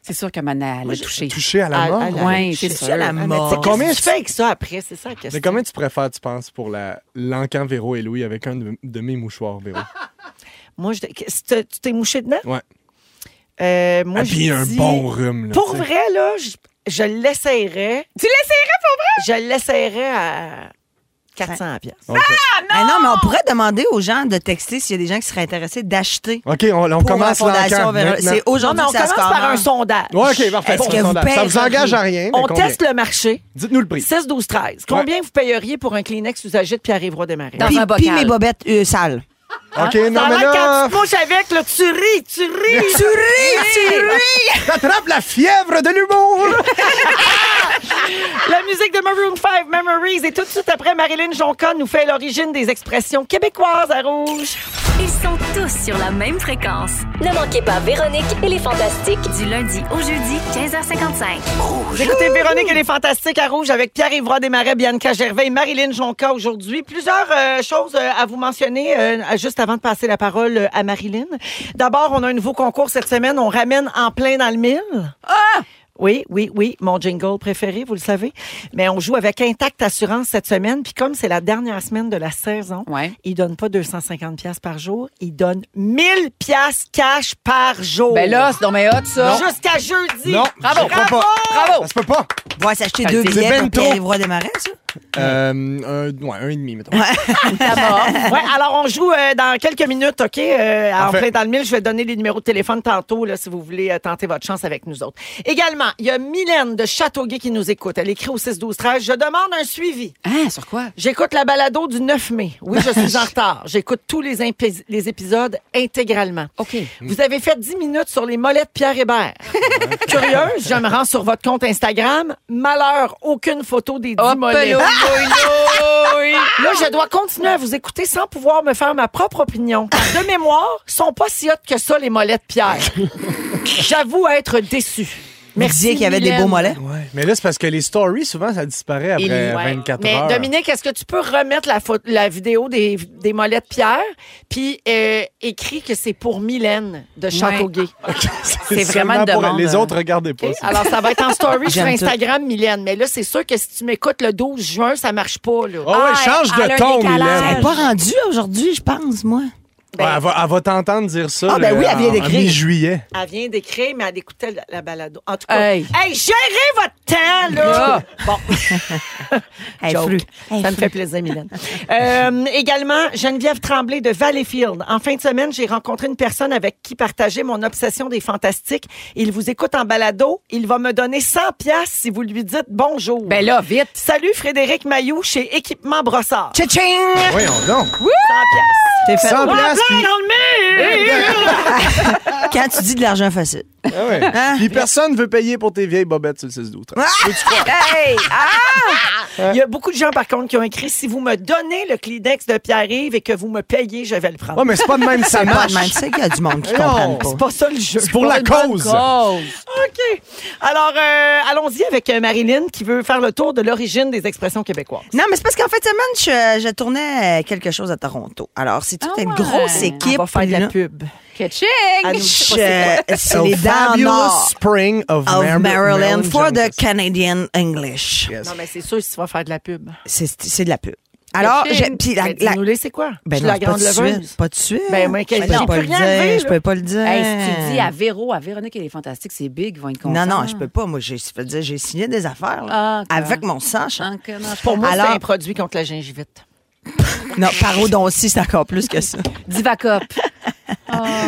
C'est sûr que Mana l'a touché.
Touché à la mort?
À- à la-
Oui, c'est
C'est
sûr.
ça, la
Ah, mais tu sais,
mort.
Qu'est-ce que tu fais avec ça après? C'est ça la question.
Mais comment tu préfères, tu penses, pour la l'encan Véro et Louis avec un de, de mes mouchoirs, Véro?
Moi, je, qu'est-ce que- tu t'es mouché dedans?
Ouais.
Euh, moi,
Ah,
je
puis un
dis-
bon rhume. Là,
Pour
tu sais.
vrai, là, je, je l'essayerais.
Tu l'essayerais pour vrai?
Je l'essayerais à 400 pièces.
OK,
Mais non, mais on pourrait demander aux gens de texter s'il y a des gens qui seraient intéressés d'acheter.
OK, on, on
pour
commence
la fondation
l'encan.
Véro-
maintenant.
C'est
Non,
aujourd'hui
mais on
que ça
commence
se
par un
commence.
sondage.
Ouais, OK, parfait.
Est-ce
bon,
que vous
sondage. ça vous
payez
engage à rien. mais
On
combien?
teste le marché.
Dites-nous le prix.
16, 12, 13. Combien vous payeriez pour un Kleenex usagé de Pierre-Évroy Desmarais?
Dans
Puis,
un
puis
bocal.
mes bobettes euh, sales.
OK,
Ça
non,
a
mais
l'air
là,
quand tu te mouches avec, là, tu ris, tu ris.
Tu ris, tu ris!
t'attrapes la fièvre de l'humour.
La musique de Maroon 5, Memories. Et tout de suite après, Marilyn Jonca nous fait l'origine des expressions québécoises à rouge.
Ils sont tous sur la même fréquence.
Ne manquez pas Véronique et les Fantastiques.
Du lundi au jeudi, 15h55.
Vous écoutez Véronique, elle est fantastique à Rouge avec Pierre-Yvroy Desmarais, Bianca Gervais et Marilyn Jonca aujourd'hui. Plusieurs euh, choses euh, à vous mentionner euh, juste avant de passer la parole euh, à Marilyn. D'abord, on a un nouveau concours cette semaine. On ramène en plein dans le mille.
Ah!
Oui, oui, oui, mon jingle préféré, vous le savez. Mais on joue avec Intact Assurance cette semaine. Puis comme c'est la dernière semaine de la saison,
Ouais.
il donne pas 250 pièces par jour, il donne 1000 pièces cash par jour.
Ben là, c'est dans mes hot, ça.
Jusqu'à jeudi.
Non,
Bravo.
je comprends pas.
Bravo.
Ça se peut pas.
On va s'acheter
Ça
deux
le dit.
billets
C'est
pour
ben trop.
Pierre-Yvroy Desmarais, ça?
Euh, un, ouais, un et demi, mettons.
Ouais, alors on joue euh, dans quelques minutes, OK? Euh, en
Parfait.
plein dans le mille, je vais donner les numéros de téléphone tantôt là, si vous voulez euh, tenter votre chance avec nous autres. Également, il y a Mylène de Châteauguay qui nous écoute. Elle écrit au 6-12-13. Je demande un suivi.
Hein, sur quoi?
J'écoute la balado du 9 mai. Oui, je suis en retard. J'écoute tous les, impé- les épisodes intégralement.
OK.
Vous avez fait 10 minutes sur les mollets de Pierre Hébert. Curieuse, je me rends sur votre compte Instagram. Malheur, aucune photo des 10
Hop,
mollets.
là, là, là.
Là, je dois continuer à vous écouter sans pouvoir me faire ma propre opinion. Car de mémoire, sont pas si hautes que ça les mollets de Pierre. J'avoue être déçue.
Merci. Vous disiez qu'il y avait des
Mylène.
beaux mollets.
Ouais. Mais là, c'est parce que les stories, souvent, ça disparaît après
Il- ouais.
24
Mais
heures.
Dominique, est-ce que tu peux remettre la, photo- la vidéo des, des mollets de Pierre, puis euh, écrit que c'est pour Mylène de Châteauguay?
c'est vraiment
seulement
une
pour-
demande,
Les
euh,
autres, regardez pas.
OK?
ça.
Alors, ça va être en story sur
J'aime tout.
Instagram, Mylène. Mais là, c'est sûr que si tu m'écoutes le 12 juin, ça marche pas.
Oh,
Là.
Ah ouais, change
elle a un
de ton,
décalage.
Elle
Mylène.
n'est pas rendue aujourd'hui, je pense, moi.
Ouais, elle va, elle va t'entendre dire ça.
Ah, ben
le-
oui, elle vient
en-
d'écrire.
En mi-juillet.
Elle vient d'écrire, mais elle écoutait la, la balado. En tout cas, hey,
Hey.
gérez votre temps, là! Bon,
Elle
joke. ça me fait plaisir, Mylène. Euh, également, Geneviève Tremblay de Valleyfield. En fin de semaine, j'ai rencontré une personne avec qui partager mon obsession des fantastiques. Il vous écoute en balado. Il va me donner 100 piastres si vous lui dites bonjour.
Ben là, vite.
Salut Frédéric Mailloux chez Équipement Brossard. 100
Voyons donc.
piastres.
T'es fait-
100 piastres,
Plein
puis-
dans le mur!
Quand tu dis de l'argent facile.
Ah ouais.
Hein?
Puis personne veut payer pour tes vieilles bobettes sur le 6 d'août.
Il y a beaucoup de gens, par contre, qui ont écrit si vous me donnez le Kleenex de Pierre-Yves et que vous me payez, je vais le prendre.
Ouais, Ah, mais c'est pas de même que ça
Pas
marche.
de même, tu sais qu'il y a du monde qui
Non.
comprend pas.
C'est pas ça le jeu.
C'est pour la cause.
OK. Alors, euh, allons-y avec euh, Marilyn qui veut faire le tour de l'origine des expressions québécoises.
Non, mais c'est parce qu'en fin de semaine, je, je tournais euh, quelque chose à Toronto. Alors, c'est toute
Ah
une
ouais.
grosse
On
équipe.
On va faire de la
là.
pub.
Catching.
Ah.
À nous.
Je- C'est
Oh,
les dents
fabulous
nord
Spring of,
of
Mar-
Maryland for the
Junkies.
Canadian English.
Yes.
Non, mais c'est sûr, si tu vas faire de la pub.
C'est c'est de la pub. Alors,
Catching.
j'ai- puis la,
Ben,
la-
Dis-nous les, c'est quoi? Je
ben
suis
non,
la
c'est pas
grande
de
leveuse.
suite, pas de suite.
Ben, moi, qu'est-ce
je
que-
peux pas
j'ai
le
plus rien levé,
dire, je
là.
peux pas le dire.
Hey, si tu dis à Véro, à Véronique et les Fantastiques, c'est big, ils vont être contents.
Non, non, je peux pas. Moi, j'ai je veux dire, j'ai signé des affaires là,
Ah, quoi.
avec mon sang. je-
Encore, non, je-
Pour moi,
Alors-
c'est un produit contre la gingivite.
Non, parodontie, c'est encore plus que ça.
Divacop.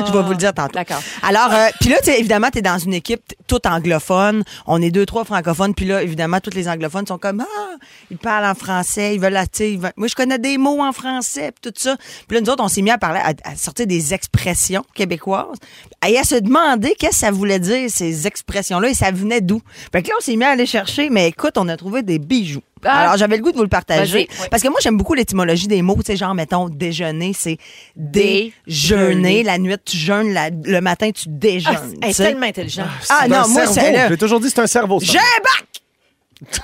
Je vais vous le dire tantôt.
D'accord.
Alors, euh, puis là, tu sais, évidemment, tu es dans une équipe t- toute anglophone. On est deux, trois francophones. Puis là, évidemment, tous les anglophones sont comme Ah, ils parlent en français, ils veulent la. tu sais, ils veulent- Moi, je connais des mots en français, puis tout ça. Puis là, nous autres, on s'est mis à parler, à, à sortir des expressions québécoises et à se demander qu'est-ce que ça voulait dire, ces expressions-là, et ça venait d'où. Fait que là, on s'est mis à aller chercher, mais écoute, on a trouvé des bijoux.
Ah.
Alors, j'avais le goût de vous le partager.
Vas-y, oui.
Parce que moi, j'aime beaucoup l'étymologie des mots. Tu sais, genre, mettons, déjeuner, c'est déjeuner. La nuit, tu jeûnes. la- le matin, tu
Ah,
déjeunes.
elle
tu
est
sais.
tellement intelligente.
ah
C'est un
non, moi,
cerveau.
c'est là.
J'ai toujours dit c'est un cerveau. ça.
J'ai un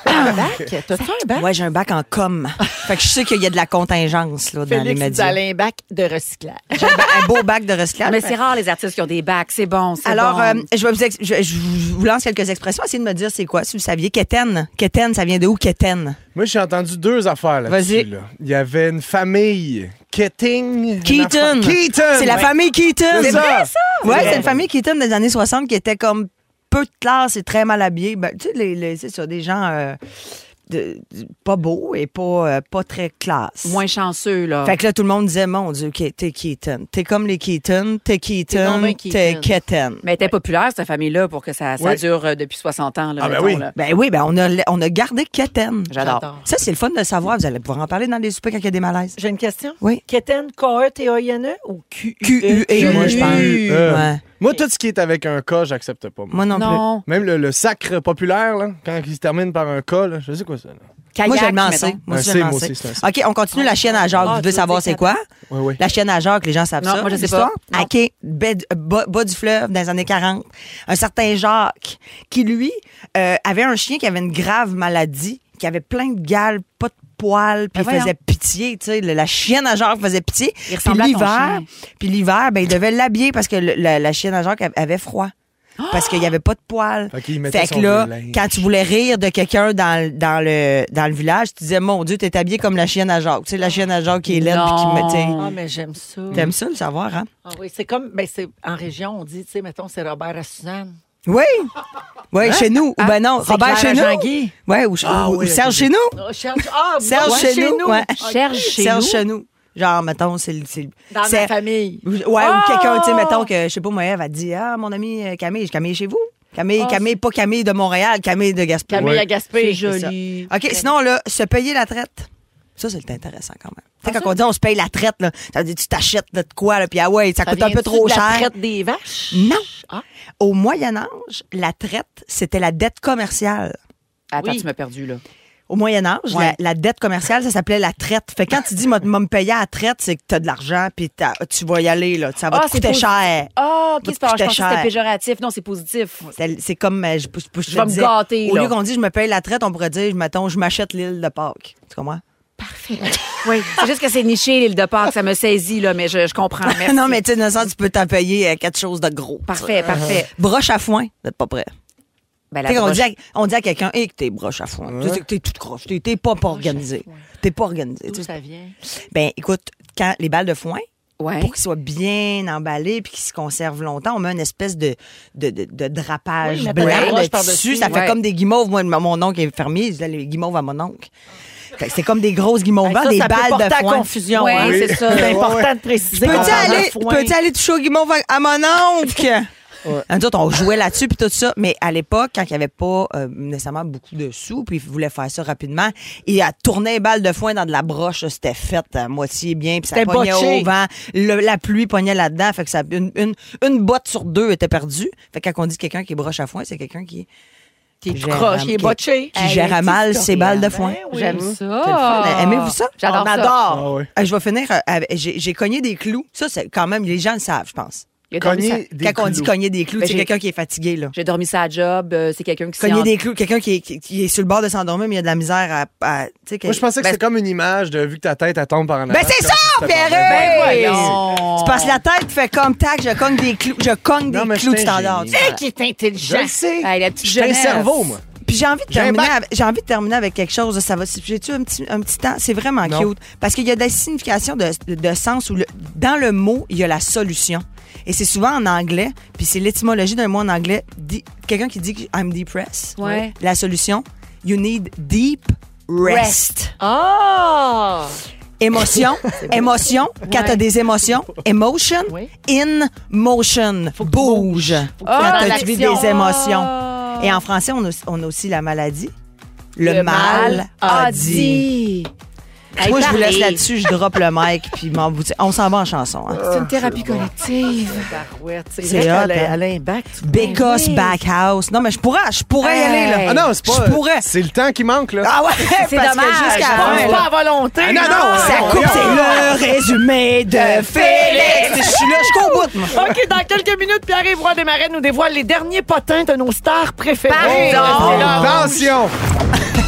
Ah.
Un bac? T'as-tu un bac?
bac! Ouais, j'ai un bac en com. fait que je sais qu'il y a de la contingence là, dans les
Félix, tu
médias.
as un bac de recyclage.
J'ai un ba- un beau bac de recyclage.
Mais c'est rare les artistes qui ont des bacs, c'est bon, c'est
Alors,
bon.
euh, je, vais vous ex- je, je vous lance quelques expressions. Essayez de me dire c'est quoi, si vous saviez. Kéten. Kéten, ça vient de où, Kéten?
Moi, j'ai entendu deux affaires
Vas-y.
là-dessus. là. Il y avait une famille. Keating.
Keaton.
Keaton.
C'est la famille Keaton.
C'est vrai, ça?
Ouais,
C'est
c'est
vrai.
une famille Keaton des années 60 qui était comme peu de classe et très mal habillée. Ben, tu sais, les, les- c'est ça, des gens euh, de- de- pas beaux et pas, euh, pas très classe.
Moins chanceux, là.
Fait que là, tout le monde disait, mon Dieu, Ke- t'es Keaton. T'es comme les Keaton, t'es
donc
Keaton,
bien
t'es
Keaton.
Keaton.
Mais elle était populaire, cette famille-là, pour que ça, ça
Oui.
dure euh, depuis 60 ans. Là,
Ah, ben
mettons,
oui.
là.
Ben oui, ben on a, on a gardé Keaton.
J'adore.
J'adore.
Ça, c'est le fun de le savoir. Vous allez pouvoir en parler dans les soupers quand il y a des malaises.
J'ai une question. E
Oui.
Keten, K-E-T-A-I-N-E ou q E?
Q-U-E, E, moi, je pense.
Euh,
Ouais.
Moi, tout ce qui est avec un K, j'accepte pas. moi.
Moi non, plus.
Non.
Même le, le sacre populaire, là, quand il se termine par un K, là, je sais quoi ça. là.
Moi,
Kayak,
j'aime le
mettons.
C. Moi,
Un
aussi,
C,
j'aime
moi
C.
aussi, c'est un C.
OK, on continue la chienne à Jacques.
Ah,
Vous
tu
devez
veux
savoir
dire
c'est quoi?
Oui, oui.
La chienne à Jacques, les gens savent
Non,
ça.
moi, je sais
L'histoire?
pas. Non.
OK, baie du- bas, bas du fleuve, dans les années 40. Un certain Jacques, qui, lui, euh, avait un chien qui avait une grave maladie, qui avait plein de gales, pas de poils, puis il
Ben voyons.
faisait pitié. Tu sais, le- la chienne à Jacques faisait pitié.
Il
Puis
ressemblait à ton
l'hiver,
chien.
puis l'hiver, ben, il devait l'habiller parce que le- la, la chienne à Jacques av- avait froid.
Ah!
Parce qu'il n'y avait pas de poils.
Fait qu'il mettait
Fait que
son
là,
linge.
quand tu voulais rire de quelqu'un dans, le- dans, le, dans le village, tu disais, mon Dieu, t'es habillé comme la chienne à Jacques. Tu sais, la chienne à Jacques qui est laide puis qui me- tu sais.
Non.
Ah, mais j'aime ça.
T'aimes ça, le savoir, hein?
Ah oui, c'est comme, ben c'est en région, on dit, tu sais, mettons, c'est Robert à Suzanne.
Oui! Oui, chez nous. Ou ben non,
Ah, C'est
Robert
Claire
chez
à
nous.
Jean-Guy.
Ouais, ou, ou- ou Serge chez nous.
Oh, Serge, ah,
Serge
ouais,
chez, nous. ouais.
Serge chez
Serge
nous?
chez nous. Genre, mettons, c'est le. c'est le-
Dans
c'est-
ma famille.
Ou- Ouais, ou quelqu'un, tu sais, mettons que, je sais pas, moi, elle va dire Ah, mon ami euh, Camille, Camille est chez vous? Camille, Camille, pas Camille de Montréal, Camille de Gaspé.
Camille
Ouais.
à Gaspé.
C'est
C'est
joli.
ça. OK, sinon, là, se payer la traite. Ça, c'est intéressant quand même. Tu sais, quand on dit on se paye la traite, là, ça veut dire tu t'achètes de quoi, là, puis ah ouais, ça, coûte un peu
vient-tu
trop
de la
cher.
traite des vaches?
Non.
Ah.
Au Moyen Âge, la traite, c'était la dette commerciale.
Attends,
Oui.
tu m'as perdu, là.
Au Moyen Âge,
Ouais.
la, la dette commerciale, ça s'appelait la traite. Fait que quand tu dis m'a me payer à la traite, c'est que tu as de l'argent puis t'as- tu vas y aller là, ça va
Ah,
te
c'est
coûter
posi-
cher.
Ah,
Va
OK,
te
c'est pas
coûter
Je pensais que
cher.
c'était péjoratif. Non, c'est positif.
C'est c'est comme euh, je, je- je te
vais me
disais,
gâter,
Au
là.
lieu qu'on dise je me paye la traite, on pourrait dire mettons je m'achète l'île de Pâques. Tu comprends
Oui. C'est juste que c'est niché, l'île de Pâques. Ça me saisit, là, mais je, je comprends. Merci.
non mais tu sais dans le sens, tu peux t'en payer euh, quelque chose de gros.
Parfait, parfait.
Broche à foin, vous êtes pas prêt.
Ben, la
Tu sais, on
broche-
dit à, on dit à quelqu'un hey, que t'es broche à foin. Tu sais que t'es toute croche, t'es t'es pas, pas organisé. T'es pas organisé.
D'où
Tu sais,
ça vient?
Ben écoute, quand les balles de foin,
Ouais.
pour qu'ils soient bien emballés puis qu'ils se conservent longtemps, on met une espèce de, de, de, de drapage
Oui, mettre
blanc
la broche
là,
par-dessus.
dessus. Ça fait
Ouais.
comme des guimauves. Moi, mon oncle est fermier, il disait les guimauves à mon oncle. Fait que C'est comme des grosses guimauves,
Hey,
Ben,
ça,
vertes, des
ça peut
balles
porter
de
à
foin.
confusion.
Ouais,
hein.
oui.
C'est ça. C'est important de préciser.
Peux-tu
qu'on parle
aller,
de foin.
peux-tu aller toucher aux guimauves à- à mon oncle? Nous autres, on jouait là-dessus puis tout ça, mais à l'époque, quand il n'y avait pas euh, nécessairement beaucoup de sous, puis ils voulaient faire ça rapidement, ils à tourner les balles de foin dans de la broche, là, c'était fait à moitié bien, puis ça
C'était
pognait
botché.
au vent, Le- la pluie pognait là-dedans, fait que ça, une, une, une botte sur deux était perdue. Fait que quand on dit quelqu'un qui est broche à foin, c'est quelqu'un qui,
Qui est
gère-
croche, qui est
qui-
botché.
qui gère à mal ses balles
Ben
de foin.
J'aime
C'est le fun.
ça.
Ah, Aimez-vous ça?
J'adore
On
ça.
adore.
Ah, ouais.
Euh, Je vais finir, euh, avec- j'ai j'ai cogné des clous. Ça, c'est quand même, les gens le savent, je pense.
Il a dormi
Cogner
ça-
des
quand on dit
clous.
cogner des clous,
Ben,
c'est
j'ai-
quelqu'un qui est fatigué, là.
J'ai dormi ça à job. euh, c'est quelqu'un qui s'est
Cogner
en-
des clous, quelqu'un qui, est- qui- qui est sur le bord de s'endormir, mais il a de la misère à. à- tu sais, que-
Moi, je pensais que
Ben,
c'était comme une image de vu que ta tête, elle tombe par en
Ben,
arrière.
c'est
comme si
ça,
c'était pas
Perret!
vrai.
Ben,
Ouais,
voyons.
non.
Tu passes la tête, tu fais comme tac, je cogne des clous, je cogne
Non,
des
mais
clous,
je
tu
suis un
t'endors.
génie.
Euh,
Hey, qui est
Je
intelligent.
le sais.
Hey, la petite
J'ai un
jeunesse.
cerveau, moi.
Puis j'ai envie de
J'ai un
terminer,
bac.
avec, j'ai envie de terminer avec quelque chose. Ça va. si- J'ai-tu un petit, un petit temps? C'est vraiment
Non.
cute. Parce qu'il y a des significations de, de sens où le- dans le mot, il y a la solution. Et c'est souvent en anglais, puis c'est l'étymologie d'un mot en anglais. Di- Quelqu'un qui dit que I'm depressed.
Ouais.
La solution, you need deep rest.
Ah!
Émotion, émotion, quand t'as des émotions, emotion,
Oui.
in motion, bouge,
Ah,
quand
dans
t'as suivi
l'action.
des émotions. Et en français, on a, aussi- on a aussi la maladie. Le, mal, a dit.
Ben Hey,
Moi, je vous
parlez.
laisse là-dessus, je drop le mic, puis m'en- on s'en va en chanson. hein.
C'est une thérapie collective.
Barouette, c'est
C'est
vrai
hot,
qu'Alain-
hein?
Alain Bach, tu-
Bécosse Backhouse. Non, mais je pourrais, je pourrais y aller, là.
Ah non, c'est pas.
Je pourrais.
C'est le temps qui manque, là.
Ah ouais,
C'est
parce
dommage,
que jusqu'à la
hein.
fin,
Ah, C'est
là,
pas à volonté.
Ah non, non,
ça
on-
coupe,
on-
c'est le résumé de Ah, Euh, Félix. Je suis là, je comboute, moi.
OK, dans quelques minutes, Pierre-Yves Roy Desmarais nous dévoile les derniers potins de nos stars préférées.
Pardon.
C'est
Oh,
là.
Attention!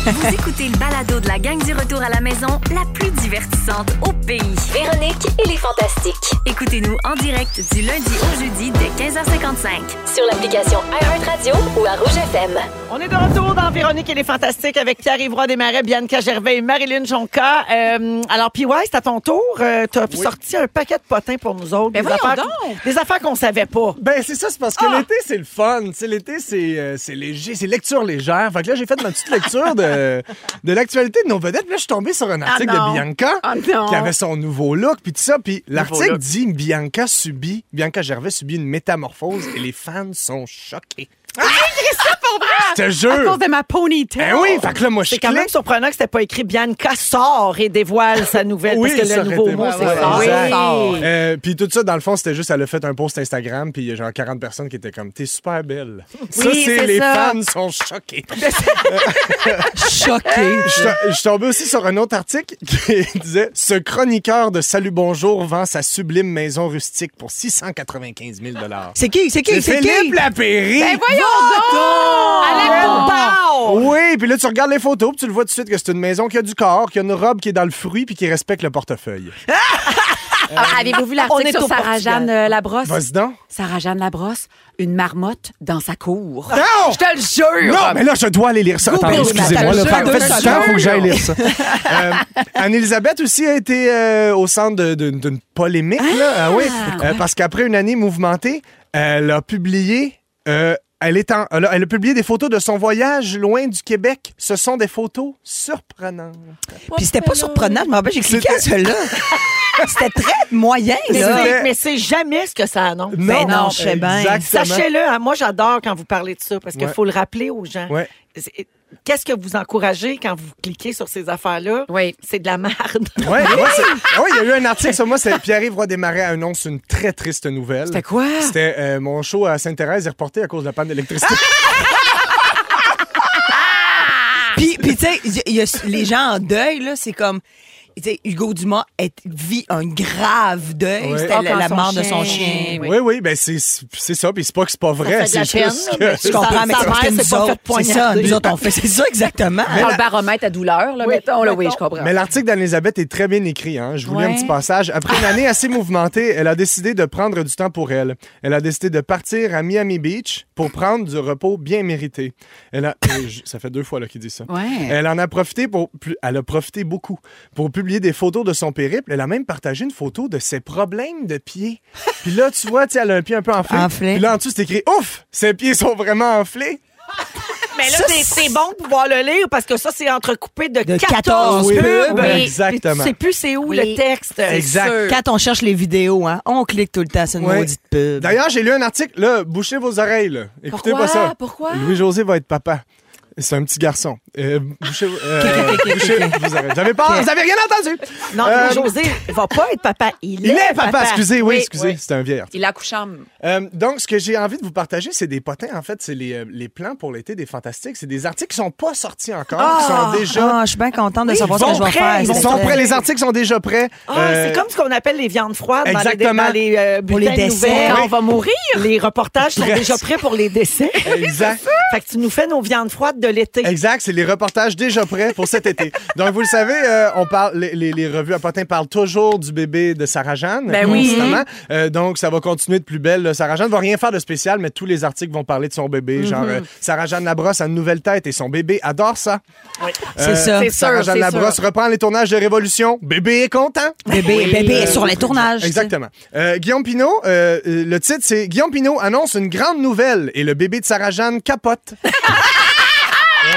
Vous écoutez le balado de la gang du retour à la maison, la plus divertissante au pays.
Véronique et les Fantastiques.
Écoutez-nous en direct du lundi au jeudi dès 15h55.
Sur l'application iHeartRadio ou à Rouge FM.
On est de retour dans Véronique et les Fantastiques avec Pierre-Yves Roy Desmarais, Bianca Gervais et Marilyn Jonca. Euh, alors, PY, c'est à ton tour. Euh, T'as sorti un paquet de potins pour nous autres.
Ben
des,
voyons
affaires,
donc.
des affaires qu'on savait pas.
Ben, c'est ça, c'est parce que
Ah!
l'été, c'est le fun. Tu sais, l'été, c'est euh, c'est léger, c'est lecture légère. Fait que là, j'ai fait ma petite lecture de, de l'actualité de nos vedettes. Puis là, je suis tombé sur un article
non.
de Bianca
Ah non.
qui avait son nouveau look. Puis tout ça. Puis l'article
look.
dit Bianca subit, Bianca Gervais subit une métamorphose et les fans sont choqués. Ah, c'est ça pour
À
Je te
cause
jure!
de ma ponytail.
Ben oui, fait que là, moi, je
C'est quand même
clique.
surprenant que c'était pas écrit Bianca sort et dévoile sa nouvelle
Oui,
parce que
ça
le
aurait
nouveau
été
mot
bon,
c'est
ouais,
sort.
exact.
Ah Oui.
Euh, puis tout ça, dans le fond, c'était juste, elle a fait un post Instagram, puis il y a genre 40 personnes qui étaient comme, t'es super belle. ça,
Oui, c'est
c'est les
ça.
fans sont choqués.
Choqué.
Je suis to- Je suis tombé aussi sur un autre article qui disait Ce chroniqueur de Salut Bonjour vend sa sublime maison rustique pour 695 000
C'est qui? C'est qui? C'est qui?
Philippe Lapéry!
Ben Alain
oui, puis là, tu regardes les photos, puis tu le vois tout de suite que c'est une maison qui a du corps, qui a une robe qui est dans le fruit, puis qui respecte le portefeuille.
Ah, Avez-vous
On
vu
est
l'article
au
sur Sarah
Portugal.
Jeanne euh, Labrosse?
Vas-y donc.
Sarah Jeanne Labrosse, une marmotte dans sa cour.
Non!
Ah, Je te le jure!
Non, mais là, je dois aller lire ça. Attendez,
Google,
excusez-moi.
Nathan,
Là,
je
fait fait
te
du temps,
jure.
faut que j'aille lire ça. Euh, Anne-Elisabeth aussi a été euh, au centre de- de- d'une polémique, là. Ah oui. Euh, parce qu'après une année mouvementée, elle a publié. euh, elle, est en- elle, a, elle a publié des photos de son voyage loin du Québec. Ce sont des photos surprenantes.
Ah,
Puis c'était pas surprenant, je me rappelle, j'ai cliqué à celui-là. C'était très moyen,
Mais
là.
c'est- Mais c'est jamais ce que ça annonce.
Ben non, je sais bien.
Exactement.
Sachez-le, hein, moi j'adore quand vous parlez de ça parce qu'il
Ouais.
faut le rappeler aux gens.
Ouais.
C'est- Qu'est-ce que vous encouragez quand vous cliquez sur ces affaires-là?
Oui.
C'est de la merde.
Ouais, moi, c'est- ah oui, il y a eu un article sur moi. c'est Pierre-Yves Roy-Desmarais annonce une très triste nouvelle.
C'était quoi?
C'était euh, mon show à Sainte-Thérèse est reporté à cause de la panne d'électricité.
Puis, puis tu sais, il y a- les gens en deuil, là, c'est comme. Tu sais, Hugo Dumas est- vit un grave deuil.
Ouais.
C'était
Ah,
la,
quand
la
son
mort de
chien-
son
Eh
chien.
Oui, oui, ben c'est c'est ça. Puis c'est pas que c'est pas vrai.
fait de la
C'est juste
peine, mais
que...
c'est
Je
Sa-
comprends, mais
sa
c'est parce
mère
que
s'est
nous
pas faite
autres, c'est ça,
poignarder. ben,
nous autres, on fait, c'est ça exactement.
Ah, le baromètre à douleur, là,
Oui,
mettons. Là, oui,
mettons.
je comprends.
Mais l'article d'Anne-Elisabeth est très bien écrit. Hein? Je vous lis
Ouais.
un petit passage. Après une année assez mouvementée, elle a décidé de prendre du temps pour elle. Elle a décidé de partir à Miami Beach pour prendre du repos bien mérité. Elle a... euh, je- ça fait deux fois là, qu'il dit ça.
Ouais.
Elle en a profité pour... plus- Elle a profité beaucoup pour publier des photos de son périple. Elle a même partagé une photo de ses problèmes de pied. Puis là, tu vois, tu sais, elle a un pied un peu enflé.
Enflé.
Puis là, en dessous, c'est écrit « Ouf! Ses pieds sont vraiment enflés! »
Mais là,
Ça,
c'est-
c'est-
c'est bon de pouvoir le lire parce que ça, c'est entrecoupé de,
De
14
14
pubs.
pubs.
Puis
Exactement.
Tu sais plus c'est où le
Oui.
texte.
Exact.
Quand on cherche les vidéos, hein, on clique tout le temps sur une
Ouais.
maudite pub.
D'ailleurs, j'ai lu un article, là, bouchez vos oreilles, là. Écoutez
Pourquoi?
pas ça.
Pourquoi?
Louis-José va être papa. C'est un petit garçon. Euh, bouchez, euh, bouchez vos oreilles. Vous avez pas, vous avez rien entendu.
Non,
Euh,
José, il va pas être papa. Il,
Il est papa, excusez, oui,
Oui,
excusez,
oui.
c'est un vieil article.
Il a couché en-
Euh, donc, ce que j'ai envie de vous partager, c'est des potins, en fait, c'est les, euh, les plans pour l'été des fantastiques. C'est des articles qui sont pas sortis encore, qui sont déjà...
Ah, je suis bien contente de savoir ce
sont
que je vais
prêts,
faire.
ils
Ils
cet
sont
été.
prêts, les articles sont déjà prêts.
Ah, c'est
Euh,
comme ce qu'on appelle les viandes froides dans les-
Exactement.
dans les, euh,
Pour les
bulletins de
décès.
nouvelles.
Oui.
Quand on va mourir. Les reportages sont
Presque.
déjà prêts pour les décès.
Exact.
Fait que tu nous fais nos viandes froides de l'été.
Exact, c'est les reportages déjà prêts pour cet été. Donc, vous le savez, euh, on parle, les, les- les revues à Potin parlent toujours du bébé de Sarah-Jeanne.
Ben oui.
constamment. Euh, donc, ça va continuer de plus belle. là. Sarah-Jeanne va rien faire de spécial, mais tous les articles vont parler de son bébé. Genre, euh, Sarah-Jeanne Labrosse a une nouvelle tête et son bébé adore ça.
C'est ça.
Sarah-Jeanne
c'est
Labrosse reprend les tournages de Révolution. Bébé est content.
Bébé, bébé est sur les tournages.
Exactement. Euh, Guillaume Pinot, euh, euh, le titre, c'est Guillaume Pinot annonce une grande nouvelle et le bébé de Sarah-Jeanne capote. Ouais. Euh,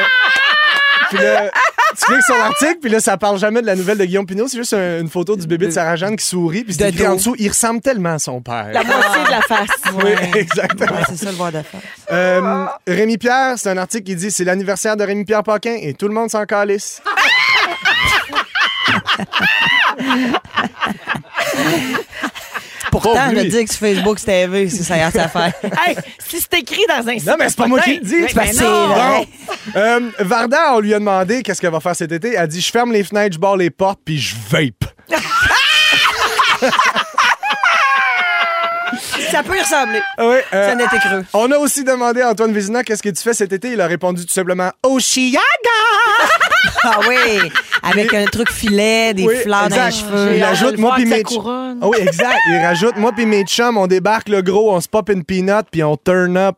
Puis le- tu cliques sur l'article, puis là, ça parle jamais de la nouvelle de Guillaume Pinot. C'est juste un- une photo du bébé de Sarah Jeanne qui sourit, puis c'est
De
écrit
dos.
en dessous, il ressemble tellement à son père.
La moitié de la face.
Oui, exactement.
Ouais, c'est ça le voir d'affaires.
Euh, Rémi Pierre, c'est un article qui dit c'est l'anniversaire de Rémi Pierre Paquin et tout le monde s'en calisse.
Pourtant,
lui.
le dire que sur Facebook, c'était élevé, c'est ça, y a sa affaire.
Hey, si c'est écrit dans un site.
Non, mais c'est pas moi qui le dis.
Mais
c'est
ben
parce-
non.
Bon. Euh, Varda, on lui a demandé qu'est-ce qu'elle va faire cet été. Elle dit Je ferme les fenêtres, je barre les portes, puis je vape.
ça peut y ressembler.
Oui, euh,
Ça n'était creux.
on a aussi demandé à Antoine Vézina qu'est-ce que tu fais cet été. Il a répondu tout simplement oh, Oshiaga.
Ah oui, avec un truc filet, des
Oui,
fleurs dans les
exact.
cheveux.
Il
J'ai hâte de
ajoute
le
moi
voir
puis
avec
mes
sa couronne.
Ah oui, exact. Il rajoute moi puis mes chums, on débarque le gros, on se pop une peanut, puis on turn up.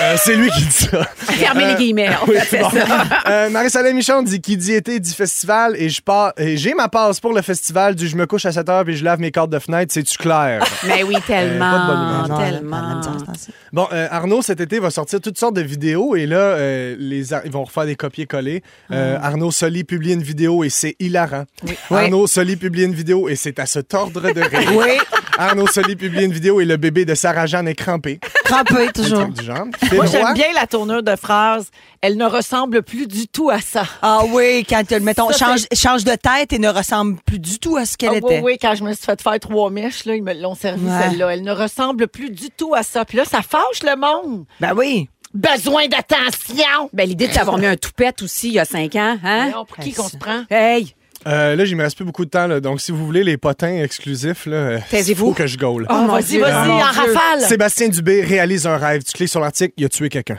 Euh, c'est lui qui dit ça.
Fermez les guillemets. On
Oui,
fait
c'est bon.
ça.
Euh, Marie-Soleil Michon dit qui dit été dit festival et je pars et j'ai ma passe pour le festival du je me couche à 7 heures puis je lave mes cordes de fenêtre, c'est-tu clair?
Mais oui, tellement.
bonne
Ah Non, pas la
tellement.
même chose, c'est ça.
bon, euh, Arnaud, cet été, va sortir toutes sortes de vidéos et là, euh, les ar- ils vont refaire des copier-coller. Euh,
Hmm.
Arnaud Soli publie une vidéo et c'est hilarant. Arnaud Soli publie une vidéo et c'est à se tordre de rire.
Oui,
Arnaud Soli publie une vidéo et le bébé de Sarah-Jeanne est crampé.
crampé
Un
toujours.
truc du genre.
Moi,
Phil Roy,
j'aime bien la tournure de phrase. Elle ne ressemble plus du tout à ça.
Ah oui, quand euh, mettons,
Ça,
change, change de tête et ne ressemble plus du tout à ce qu'elle
Ah oui,
était.
oui, quand je me suis fait faire trois mèches, là, ils me l'ont servi,
Ouais.
celle-là. Elle ne ressemble plus du tout à ça. Puis là, ça fâche le monde.
Ben oui.
Besoin d'attention.
Ben, l'idée de t'avoir mis un toupette aussi il y a cinq ans, hein?
Voyons, Pour qui qu'on se prend?
Hey!
euh, là, il me reste plus beaucoup de temps, là, donc si vous voulez les potins exclusifs, là, euh,
Taisez-vous.
faut que je gaule.
Oh,
mon
vas-y,
Dieu.
Ah,
vas-y,
Oh, mon
en
Dieu.
rafale.
Sébastien Dubé réalise un rêve. Tu cliques sur l'article, il a tué quelqu'un.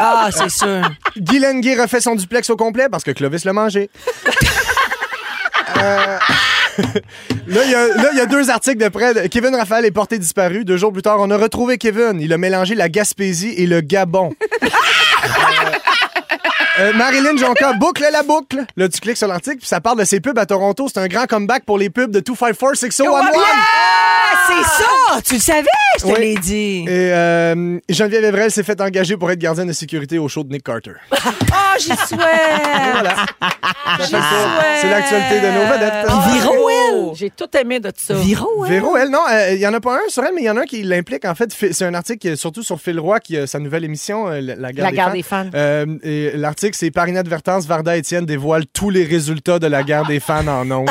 Ah, c'est sûr.
Guylaine Gay refait son duplex au complet parce que Clovis l'a mangé. Euh, là, il y a- là, il y, a deux articles de près. de- Kevin Raphaël est porté disparu. Deux jours plus tard, on a retrouvé Kevin. Il a mélangé la Gaspésie et le Gabon. Euh, euh, Marilyn Jonca boucle la boucle. Là, tu cliques sur l'article, puis ça parle de ses pubs à Toronto. C'est un grand comeback pour les pubs de 2546011.
Ah, c'est ça! Tu le savais, je te
Oui.
l'ai dit.
Et euh, Geneviève Evrel s'est fait engager pour être gardienne de sécurité au show de Nick Carter.
Oh, j'y souhaite!
Voilà. hein. C'est l'actualité de nos vedettes.
Ah,
Ah,
Puis Véro, elle.
J'ai tout aimé de ça.
Viro, hein?
Véro, elle, non, euh, il y en a pas un sur elle, mais il y en a un qui l'implique. En fait, Fi- c'est un article qui est surtout sur Phil Roy, qui a sa nouvelle émission, euh, La guerre,
La
des,
guerre
fans.
des fans.
Euh, et l'article, c'est par inadvertance, Varda Étienne dévoile tous les résultats de la guerre des fans en ondes.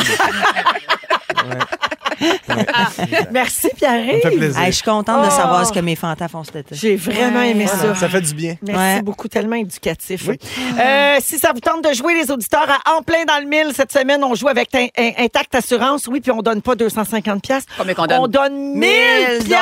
Merci,
Ça me fait
Pierre.
plaisir.
Hey, je suis contente de
Oh.
savoir ce que mes fantas font cet été.
J'ai vraiment aimé ça.
Ça fait du bien.
Merci
Ouais.
beaucoup, tellement éducatif. Euh, si ça vous tente de jouer les auditeurs à en plein dans le mille cette semaine, on joue avec In- In- Intact Assurance, oui, puis on donne pas 250 pièces.
Combien qu'on donne?
On donne 1000
1000
pièces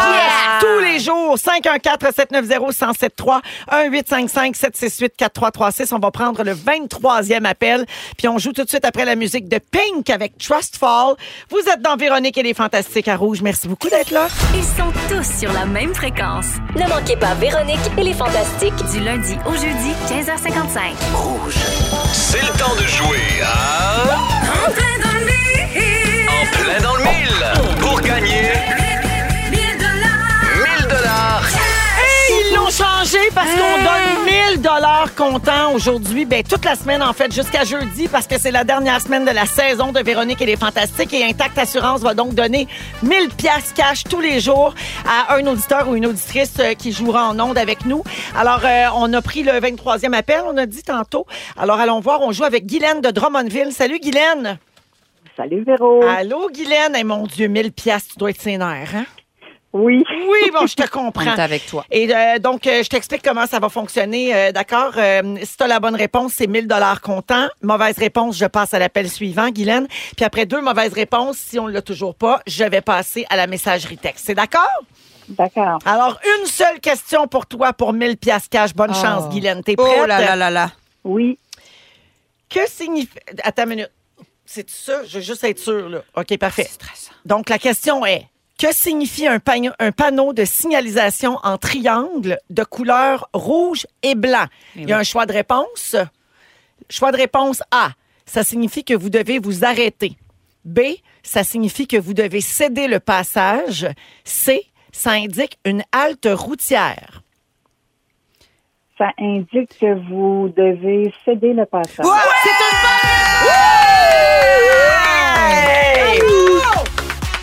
tous les jours. 514 790 1073 1855 768 4336. On va prendre le 23e appel, puis on joue tout de suite après la musique de Pink avec Trust Fall. Vous êtes dans Véronique et les Fantastiques à Rouge. Merci beaucoup d'être là.
Ils sont tous sur la même fréquence.
Ne manquez pas Véronique et les Fantastiques.
Du lundi au jeudi, 15h55.
C'est le temps de jouer à... En plein dans le mille Pour gagner... 1000 dollars
Ils l'ont changé parce qu'on donne 1000 dollars comptant aujourd'hui, ben toute la semaine en fait jusqu'à jeudi parce que c'est la dernière semaine de la saison de Véronique et les fantastiques et Intact Assurance va donc donner 1000 pièces cash tous les jours à un auditeur ou une auditrice euh, qui jouera en onde avec nous. Alors euh, on a pris le 23e appel, on a dit tantôt. Alors allons voir, on joue avec Guylaine de Drummondville. Salut Guylaine.
Salut Véro.
Allô Guylaine, Eh, mon dieu, 1000 pièces, tu dois être sénère, hein
Oui.
Oui, bon, je te comprends.
On est avec toi.
Et euh, donc, euh, je t'explique comment ça va fonctionner, euh, d'accord? Euh, si tu as la bonne réponse, c'est 1000 dollars comptant. Mauvaise réponse, je passe à l'appel suivant, Guylaine. Puis après deux mauvaises réponses, si on ne l'a toujours pas, je vais passer à la messagerie texte. C'est d'accord?
D'accord.
Alors, une seule question pour toi pour 1000 piastres cash. Bonne
Ah.
Oh.
chance, Guylaine. T'es prête?
Oh là là là là.
Oui.
Que signifie... Attends une minute. C'est ça? Je veux juste être sûre, là. OK, parfait. Donc, la question est, que signifie un, pagno- un panneau de signalisation en triangle de couleur rouge et blanc? Il y a un choix de réponse. Choix de réponse A, ça signifie que vous devez vous arrêter. B, ça signifie que vous devez céder le passage. C, ça indique une halte routière.
ça indique que vous devez céder le passage.
C'est une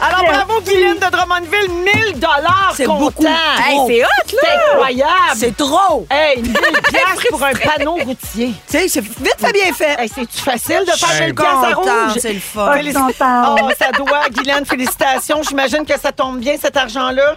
Alors, bravo, Guylaine de Drummondville, 1000 dollars
C'est
comptant.
beaucoup.
Hey,
Oh.
c'est hot, là! C'est incroyable!
C'est trop!
Hey, 1000 piastres pour un panneau routier.
Tu sais, c'est vite fait bien fait.
Hey, c'est-tu facile de
Je
faire
suis
1000 piastres à
contente,
rouge?
hein, c'est le fun.
Ah,
Félici-
Contente.
Oh, ça doit, Guylaine, félicitations. J'imagine que ça tombe bien, cet argent-là.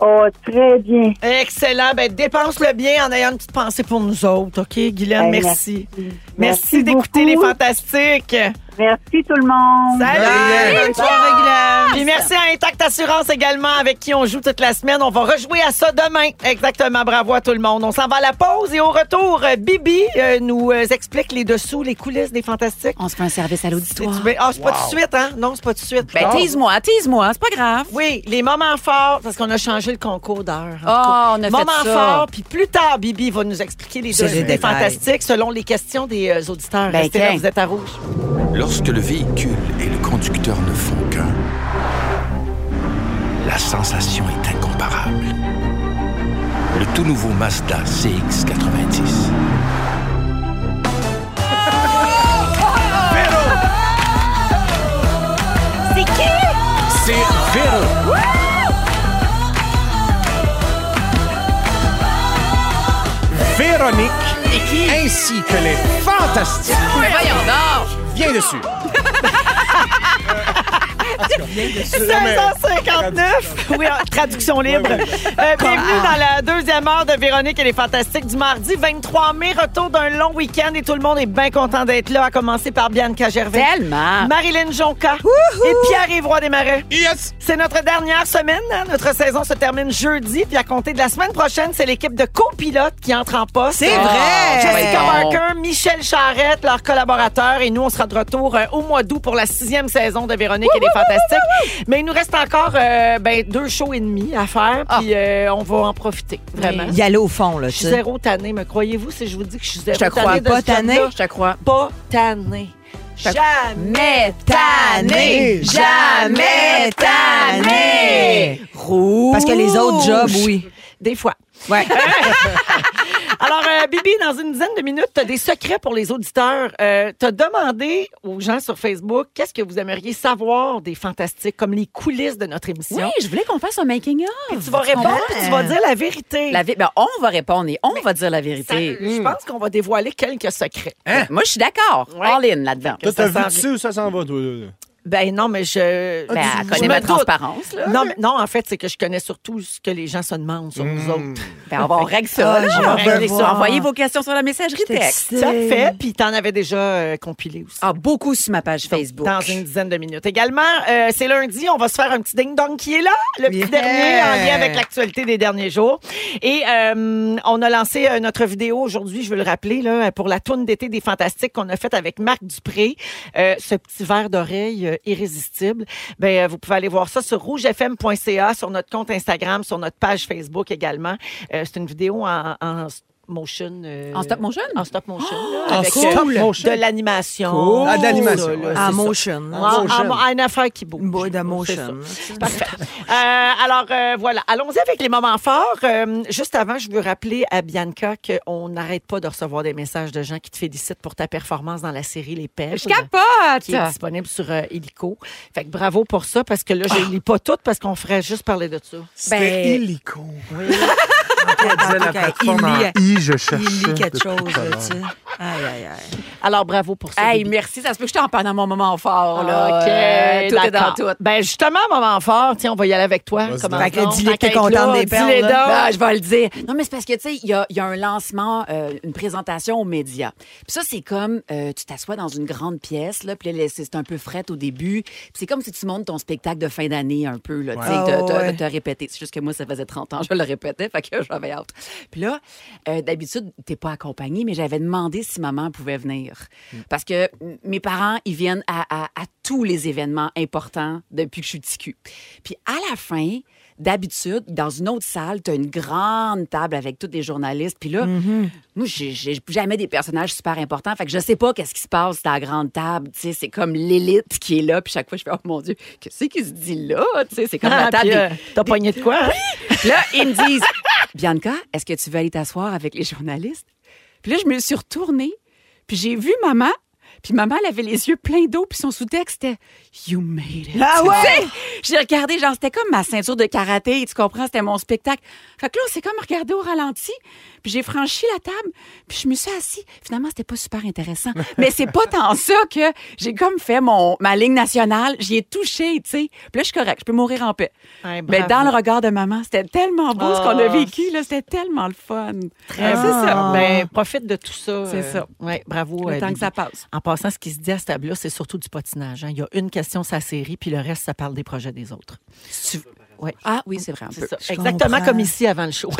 Oh, très bien.
Excellent. Ben, dépense-le bien en ayant une petite pensée pour nous autres, OK, Guylaine?
Ben,
merci.
Merci,
Merci d'écouter les
beaucoup.
fantastiques.
Merci tout le monde.
Salut!
Bonne soirée, Guylaine.
Puis merci à Intact Assurance également, avec qui on joue toute la semaine. On va rejouer à ça demain. Exactement. Bravo à tout le monde. On s'en va à la pause et au retour, euh, Bibi euh, nous euh, explique les dessous, les coulisses des Fantastiques.
On se fait un service à
C'est-
l'auditoire.
Ah, c'est pas tout de suite, hein? Non, c'est pas tout de suite.
Ben,
Ah.
tease-moi, tease-moi, c'est pas grave.
Oui, les moments forts, parce qu'on a changé le concours d'heure. en tout cas.
Oh, on a
Moments
fait ça.
forts, puis plus tard, Bibi va nous expliquer les
C'est
dessous
les
des
détails.
Fantastiques selon les questions des euh, auditeurs.
Ben,
Restez là,
tiens.
vous êtes à rouge.
Lorsque le véhicule et le conducteur ne font qu'un, la sensation est incomparable. Le tout nouveau Mazda CX90.
C'est Véro. Véronique, ainsi que les fantastiques,
Mais voyons donc!
viens dessus.
16h59. Oui, en traduction libre. Euh, bienvenue dans la deuxième heure de Véronique et les Fantastiques du mardi 23 mai. Retour d'un long week-end et tout le monde est bien content d'être là, à commencer par Bianca Gervais.
Tellement!
Marilyn Jonca et Pierre-Yves Roy Desmarais.
Yes!
C'est notre dernière semaine. hein. Notre saison se termine jeudi. Puis à compter de la semaine prochaine, c'est l'équipe de copilotes qui entre en poste. Ah.
C'est vrai!
Jessica
Ben non.
Barker, Michel Charrette, leurs collaborateurs. Et nous, on sera de retour euh, au mois d'août pour la sixième saison de Véronique et les Fantastiques. Mais il nous reste encore euh, ben, deux shows et demi à faire.
Ah.
Puis euh, on va en profiter, vraiment.
Y aller au fond, là,
Je
tu
suis
sais.
zéro tannée. Me croyez-vous si je vous dis que je suis zéro
Je te crois
tannée de
pas
ce job-là?
tannée.
Je te crois.
Pas tannée. Jamais.
Mais
Tanné, jamais tanné.
Rouge.
Parce que les autres jobs, oui.
Des fois.
Ouais.
Alors, euh, Bibi, dans une dizaine de minutes, tu as des secrets pour les auditeurs. Euh, tu as demandé aux gens sur Facebook qu'est-ce que vous aimeriez savoir des fantastiques, comme les coulisses de notre émission.
Oui, je voulais qu'on fasse un making-up.
Tu vas répondre puis tu vas dire la vérité.
La vi- ben, on va répondre et on va dire la
Ça-
vérité. Mm. Hein?
Je pense qu'on va dévoiler quelques secrets.
Moi, je suis d'accord.
Ouais.
All in là-dedans.
Toi,
Ça
t'as
s'en
vu dessus ou ça s'en va, toi? là?
Ben non, mais je.
Ben,
je
elle connaît
me
ma
doute.
transparence. Là.
Non, mais- non, en fait, c'est que je connais surtout ce que les gens se demandent sur nous autres.
Ben, on va on règle ça. là.
Ah,
On va
j'en
régler
veux
ça.
voir.
Envoyez vos questions sur la messagerie texte.
Ça fait, puis t'en avais déjà euh, compilé aussi.
Ah, beaucoup sur ma page Facebook.
Dans une dizaine de minutes. Également, euh, c'est lundi, on va se faire un petit ding-dong qui est là, le petit
Yeah.
dernier en lien avec l'actualité des derniers jours. Et euh, on a lancé euh, notre vidéo aujourd'hui, je veux le rappeler, là, pour la tourne d'été des Fantastiques qu'on a faite avec Marc Dupré, euh, ce petit verre d'oreille euh, irrésistible. Ben, euh, vous pouvez aller voir ça sur rougefm.ca, sur notre compte Instagram, sur notre page Facebook également. Euh, c'est une vidéo en... en motion euh,
En stop motion?
en stop motion là,
En
avec euh,
stop motion.
de l'animation
Cool. Ah, de l'animation,
Ça, là,
ouais.
c'est ça.
En motion.
En,
là.
en- en- une affaire qui bouge.
Boy de
C'est ça.
motion.
Parfait. Euh, alors, euh, voilà. Allons-y avec les moments forts. Euh, juste avant, je veux rappeler à Bianca qu'on n'arrête pas de recevoir des messages de gens qui te félicitent pour ta performance dans la série Les Pêches.
Je capote!
Qui est disponible sur euh, Illico. Fait que bravo pour ça, parce que là, je ne lis pas toutes parce qu'on ferait juste parler de ça.
Ben-
C'était illico.
Tantôt,
la
quand
plateforme en
il lit- euh,
I, je cherchais.
Il lit quelque
depuis tout
chose,
à
là,
l'heure.
tu sais. Aïe, aïe, aïe.
Alors, bravo pour ça.
Hey,
Bibi.
merci. Ça se peut que je t'en parle dans mon moment fort. Là.
Ah, OK,
Euh, tout est dans
d'accord.
tout.
Ben justement, moment fort, tiens, on va y aller avec toi.
Vas-y
Comment
donc.
Fait que dis-le que t'es
T'inquiète,
contente
là,
des perles,
dis-les
là.
donc.
Ben, je vais le dire. Non, mais c'est parce que, tu sais, il y a, il y a un lancement, euh, une présentation aux médias. Puis ça, c'est comme, euh, tu t'assois dans une grande pièce, là, puis là, c'est un peu frette au début. Puis c'est comme si tu montes ton spectacle de fin d'année un peu, là, tu sais,
Ouais.
de-
Ah,
de-
ouais.
de te répéter. C'est juste que moi, ça faisait 30 ans, je le répétais, fait que j'avais hâte. Puis là, euh, d'habitude, t'es pas accompagnée, mais j'avais demandé si maman pouvait venir.
Mm.
Parce que m- mes parents, ils viennent à, à- à tous les événements importants depuis que je suis petit cul. Puis à la fin, D'habitude, dans une autre salle, tu as une grande table avec tous les journalistes. Puis là,
Mm-hmm.
moi, j'ai- j'ai jamais des personnages super importants. Fait que je sais pas qu'est-ce qui se passe dans la grande table. Tu sais, c'est comme l'élite qui est là. Puis chaque fois, je fais, oh mon Dieu, qu'est-ce qui se dit là? Tu sais, c'est comme
Ah,
la table.
puis,
des-
euh, T'as pogné de quoi? hein?
puis là, ils me disent Bianca, est-ce que tu veux aller t'asseoir avec les journalistes? Puis là, je me suis retournée, puis j'ai vu maman. Puis maman, elle avait les yeux pleins d'eau, puis son sous-texte était You made it.
Ah ouais?
Tu sais, J'ai regardé, genre, c'était comme ma ceinture de karaté, tu comprends, c'était mon spectacle. Fait que là, on s'est comme regardé au ralenti, puis j'ai franchi la table, puis je me suis assise. Finalement, c'était pas super intéressant. Mais c'est pas tant ça que j'ai comme fait mon, ma ligne nationale, j'y ai touché, tu sais. Puis là, je suis correcte, je peux mourir en paix.
Ouais,
Mais
bravo.
dans le regard de maman, c'était tellement beau ce qu'on a
Ah.
vécu, là, c'était tellement le fun.
Très
Ouais, c'est ça.
Ah. Ben, profite de tout ça.
C'est ça.
Oui, bravo.
Le
euh,
temps que
Bibi.
ça passe.
En passant, ce qui se dit à ce table-là, c'est surtout du patinage. hein. Il y a une question, sa série, puis le reste, ça parle des projets des autres. Ouais.
Ah oui, c'est vrai. un peu.
C'est ça. Exactement
comprends.
comme ici avant le show.
Oh.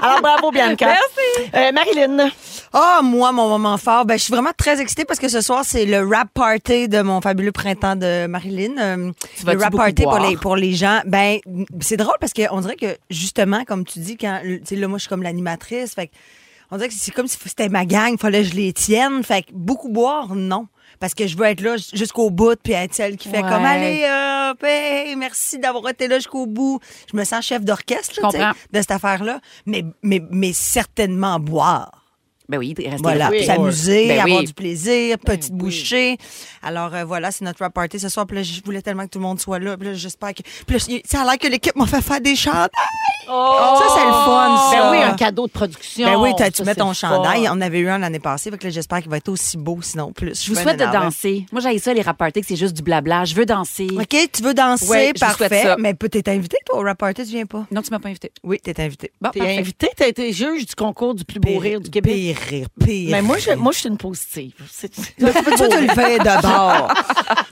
Alors, bravo, Bianca. Merci. Marilyn.
Ah, moi, mon moment fort, ben, je suis vraiment très excitée parce que ce soir, c'est le rap party de mon fabuleux printemps de Marilyn. Euh,
Tu vas-tu
le rap
beaucoup
party pour
boire?
les, pour les gens. Ben, m- c'est drôle parce qu'on dirait que, justement, comme tu dis, quand, tu sais, là, moi, je suis comme l'animatrice. Fait que on dirait que c'est comme si c'était ma gang, fallait que je les tienne. Fait que beaucoup boire, non. Parce que je veux être là j- jusqu'au bout, puis être celle qui fait
Ouais.
comme allez, hop, hey, merci d'avoir été là jusqu'au bout. Je me sens chef d'orchestre là, tu sais,
comprends.
de cette affaire-là, mais, mais, mais certainement boire.
Ben oui, restez
Voilà,
là.
s'amuser,
Ben
avoir
oui. Ben
du plaisir, petite bouchée. Alors euh, voilà, c'est notre rap party ce soir. Puis là, je voulais tellement que tout le monde soit là. Puis là, j'espère que. Puis là, tu sais, ça a l'air que l'équipe m'a fait faire des chandails.
Oh!
Ça, c'est le fun,
Ben
ça.
oui, un cadeau de production.
Ben oui, t'as- tu
Ça,
mets
c'est
ton
le
chandail.
fun.
On avait eu un l'année passée. Fait que là, j'espère qu'il va être aussi beau, sinon plus.
Je
suis
vous souhaite de
bien énervée.
danser. Moi, j'aille ça, les rap parties, que c'est juste du blabla. Je veux danser.
OK, tu veux danser,
Ouais, je vous souhaite
parfait.
ça.
Mais peut- t'es invité, toi, au rap party, tu viens pas?
Non, tu m'as pas invité.
Oui, t'es invité.
Bon,
T'es
parfait.
invité, t'as été juge du concours du plus beau rire du Québec.
Pire rire, pire.
Mais moi, je, moi, je suis une positive. C'est-
Toi, tu le fais de bord.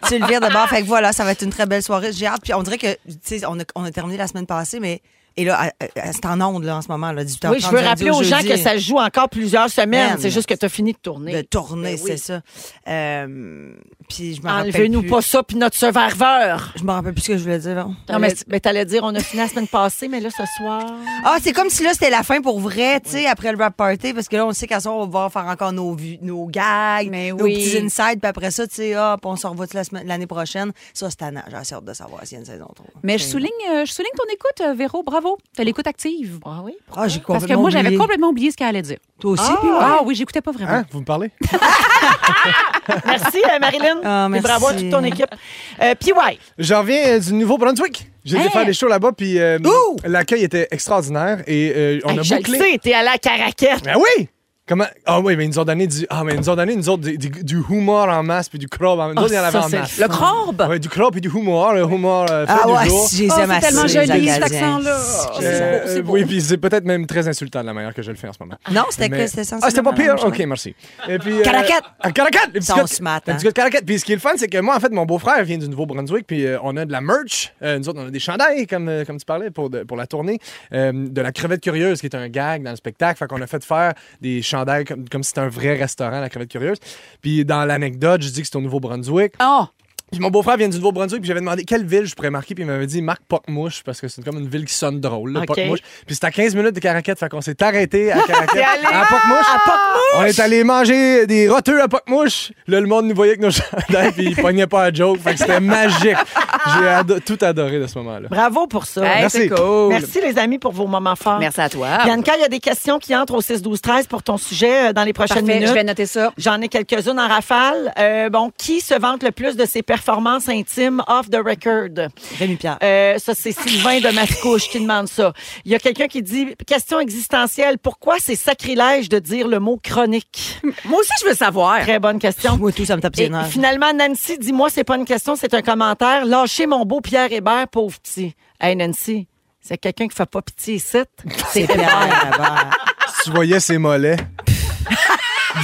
tu le vires de bord. Fait que voilà, ça va être une très belle soirée. J'ai hâte. Puis on dirait que, tu sais, on a, on a terminé la semaine passée, mais. Et là, à- à- c'est en onde, là, en ce moment, là, 18h30.
Oui, je veux
du lundi
rappeler
au
aux gens
jeudi.
que ça se joue encore plusieurs semaines.
Man.
C'est juste que t'as fini de tourner.
De tourner, c'est
Ben oui.
ça. Euh, puis je m'en rappelle.
Enlevez-nous
plus.
pas ça, puis notre serveur.
Je me rappelle plus ce que je voulais dire, là.
Non, mais mais t'allais dire, on a fini la semaine passée, mais là, ce soir.
Ah, c'est comme si là, c'était la fin pour vrai, tu sais, après le rap party, parce que là, on sait qu'à soir, on va faire encore nos, vues- nos gags,
Mais
nos
oui.
petits insides, puis après ça, tu sais, hop, on se revoit la semaine- l'année prochaine. Ça, c'est tannant. J'ai assez hâte de savoir s'il y a une saison 3.
Mais je souligne, euh, je souligne ton écoute, euh, Véro. Bravo. T'as l'écoute active.
Ah oui?
Ah, j'ai complètement
Parce que moi, j'avais
oublié.
complètement oublié ce qu'elle allait dire.
Toi aussi, puis ouais.
Ah oui, j'écoutais pas vraiment.
Hein? Vous me parlez?
Merci, euh, Marilyn.
Ah,
Et bravo à
merci.
toute ton équipe. Euh, PY,
J'en reviens euh, du Nouveau-Brunswick. J'ai été
Hey!
faire des shows là-bas, puis euh,
Ouh!
l'accueil était extraordinaire et euh, on
hey,
a
je le
bouclé.
sais, t'es allé à Caraquette.
Ben oui! Comment? Ah oui, mais ils nous ont donné du. Ah, mais ils nous ont donné, nous autres, du, du- du humour en masse puis du crabe en masse. Nous autres, il y en
Ah,
avait
ça,
en
c'est
masse.
Le crorbe.
Ouais, du crabe et du humour, le humour euh, fait
Ah
du
ouais,
jour.
si, je les
Oh,
aime
c'est
assez,
tellement
les
joli, cet
Acadiens.
accent-là.
Je les aime.
Euh,
c'est beau.
oui, puis c'est peut-être même très insultant de la manière que je le fais en ce moment.
Non, c'était
Mais-
que c'était
Ah, c'était pas pire?
sensiblement la
OK,
même
merci. Et puis, euh,
Caracat!
ah, Caracat! Le petit
Sont
gars-
smart,
le
hein.
petit gars de Caracat. Puis ce qui est le fun, c'est que moi, en fait, mon beau-frère vient du Nouveau-Brunswick, puis euh, on a de la merch. Euh, nous autres, on a des chandails, comme, euh, comme tu parlais, pour, de- pour la tournée. Euh, de la crevette curieuse, qui est un gag dans le spectacle. Fait qu'on a fait faire des chandails comme, comme si c'était un vrai restaurant, la crevette curieuse. Puis dans l'anecdote, je dis que c'est au Nouveau-Brunswick.
Oh,
Puis mon beau-frère vient du Nouveau-Brunswick, puis j'avais demandé quelle ville je pourrais marquer, puis il m'avait dit Marc Pocmouche, parce que c'est comme une ville qui sonne drôle, là,
Ok.
Pocmouche. Puis c'était à 15 minutes de Caracat, fait qu'on s'est arrêté à Caracat. à Pocmouche. On est allé manger des roteux à Pocmouche. Là, le monde nous voyait avec nos chandails, puis il pognait pas à joke, fait que c'était magique. J'ai ado- tout adoré de ce moment-là.
Bravo pour ça.
hey,
Merci.
c'est cool.
Merci, les amis, pour vos moments forts.
Oh, Merci à toi.
Bianca, il y a des questions qui entrent au 6-12-13 pour ton sujet euh, dans les prochaines
Parfait,
minutes.
je vais noter ça.
J'en ai quelques-unes en rafale. Euh, bon, qui se vante le plus de ses performances intimes off the record?
chose. Rémi-Pierre.
Euh, ça, c'est Sylvain de Mascouche qui demande ça. Il y a quelqu'un qui dit Question existentielle, pourquoi c'est sacrilège de dire le mot chronique
Moi aussi, je veux savoir.
Très bonne question.
Moi, tout, ça me tape ses
Et
nerfs.
finalement, Nancy, dis-moi, c'est pas une question, c'est un commentaire. Lâchez mon beau Pierre Hébert, pauvre petit. Hey, Nancy, c'est quelqu'un qui fait pas pitié ici.
C'est Pierre là-bas.
Si tu voyais ses mollets.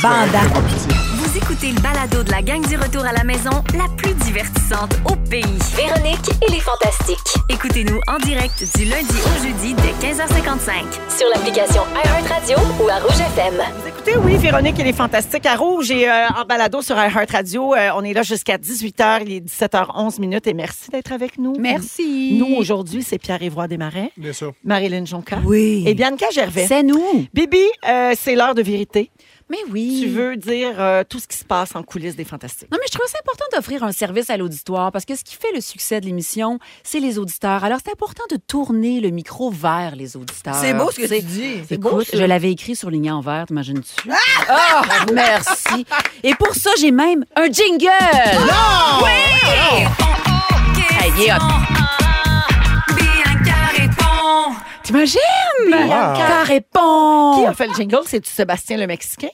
Banda.
Vous écoutez le balado de la gang du retour à la maison, la plus divertissante au pays.
Véronique et les Fantastiques.
Écoutez-nous en direct du lundi au jeudi dès 15h55.
Sur l'application iHeartRadio ou à Rouge FM.
Vous écoutez
écoutez, oui, Véronique, elle est fantastique à Rouge et euh, en balado sur iHeart Radio. euh, on est là jusqu'à 18h, il est 17h11 minutes et merci d'être avec nous.
Merci.
Nous, aujourd'hui, c'est Pierre-Évoix Desmarais,
Bien sûr.
Marilyn Jonca
Oui.
et Bianca Gervais.
C'est nous.
Bibi, euh, c'est l'heure de vérité.
Mais oui.
Tu veux dire euh, tout ce qui se passe en coulisses des Fantastiques.
Non, mais je trouve c'est important d'offrir un service à l'auditoire parce que ce qui fait le succès de l'émission, c'est les auditeurs. Alors, c'est important de tourner le micro vers les auditeurs.
C'est beau ce que
C'est-
tu dis.
Écoute, je l'avais écrit sur ligne en vert, t'imagines-tu? Ah! merci. Et pour ça, j'ai même un jingle. Non! Oui! Ça y est, hop. T'imagines? Bianca
Qui
répond.
a fait le jingle? C'est-tu Sébastien le Mexicain?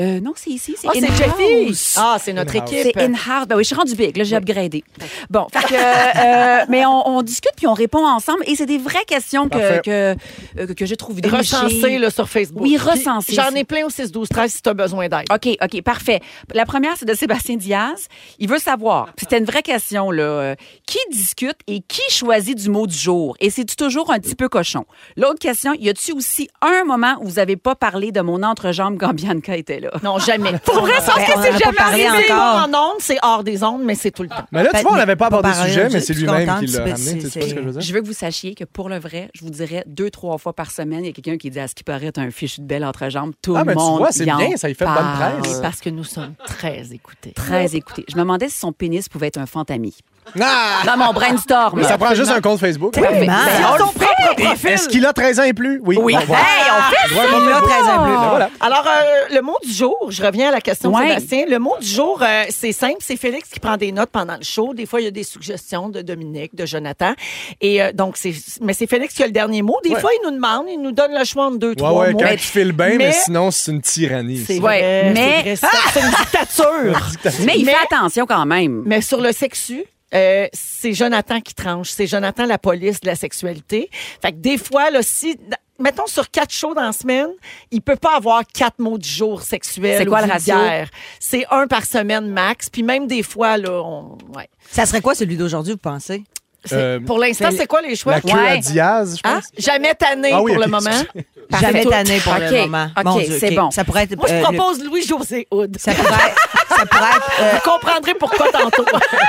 Euh, non, c'est ici, c'est
Ah, c'est
in-house.
Jeffy. Ah, c'est notre
In-house.
équipe.
C'est in-house. Ben oui, je suis rendue big. Là, j'ai upgradé.
Ben,
Bon, fait que, euh, mais on, on discute puis on répond ensemble. Et c'est des vraies questions que,
Parfait.
que, euh, que je trouve dénichées.
Recensé là, sur Facebook.
Oui,
Puis
recensé.
J'en ai plein au 6-12-13 si tu as besoin d'aide.
OK, OK, parfait. La première, c'est de Sébastien Diaz. Il veut savoir, puis c'était une vraie question, là, euh, qui discute et qui choisit du mot du jour? Et c'est-tu toujours un petit peu cochon? L'autre question, y a-tu aussi un moment où vous avez pas parlé de mon entrejambe quand Bianca était là?
Non, jamais.
Pour vrai, ça,
Ben,
c'est
on
c'est
en a pas
jamais
parlé
arrivé.
encore.
En ondes, c'est hors des ondes, mais c'est tout le temps.
Mais là, tu vois, on n'avait pas abordé
Pas
le sujet,
pareil,
mais
je
c'est
suis
lui-même
contente,
qui l'a
c'est-
ramené. Tu sais pas
c'est-
ce que je veux dire?
Je veux que vous sachiez que pour le vrai, je vous dirais deux, trois fois par semaine, il y a quelqu'un qui dit à ce qui paraît t'as un fichu de belle entrejambe. Tout
Ah,
le
ben, tu
monde.
vois, c'est
y en
bien, ça y fait de bonne
parle.
presse.
Parce que nous sommes très écoutés.
Très écouté. Je me demandais si son pénis pouvait être un fantami.
Ah!
Dans mon brainstorm.
Ça prend juste un compte Facebook.
Parfait.
Tellement.
Ben,
Sur
on le fait.
Est-ce qu'il a 13 ans et plus? Oui.
Oui.
Bon, voilà.
Hey, on fait
Ouais, bon,
Il a
bon.
13 ans plus.
Ben, voilà.
Alors, euh, le mot du jour, je reviens à la question de
Ouais.
Sébastien. Le mot du jour, euh, c'est simple, c'est Félix qui prend des notes pendant le show. Des fois, il y a des suggestions de Dominique, de Jonathan. Et euh, donc, c'est, mais c'est Félix qui a le dernier mot. Des
Ouais.
fois, il nous demande, il nous donne le choix entre deux,
Ouais,
trois
ouais,
mots.
quand tu files bien, mais,
mais
sinon, c'est une tyrannie.
C'est
ça.
vrai,
Ouais, mais-
mais c'est, vrai, c'est- c'est une dictature.
Mais il fait attention quand même.
Mais sur le sexu, euh, c'est Jonathan qui tranche. C'est Jonathan la police de la sexualité. Fait que des fois, là, si... Mettons sur quatre shows dans la semaine, il peut pas avoir quatre mots du jour sexuels.
C'est quoi
ou
le ratio?
vulgaires. C'est un par semaine max. Puis même des fois, là, on... ouais.
Ça serait quoi celui d'aujourd'hui, vous pensez?
C'est-
Euh,
pour l'instant, c'est quoi les choix?
La queue à
Ouais.
Diaz, je
Hein?
pense.
Jamais tanné
Ah oui,
pour
ok,
le moment.
Jamais
Tout.
tanné pour
Ok,
le moment.
ok,
Mon Dieu,
c'est
ok.
bon.
Ça pourrait être.
Moi, je
euh, le-
propose Louis-José Hood.
Ça pourrait être. ça pourrait être, euh,
Vous comprendrez pourquoi tantôt.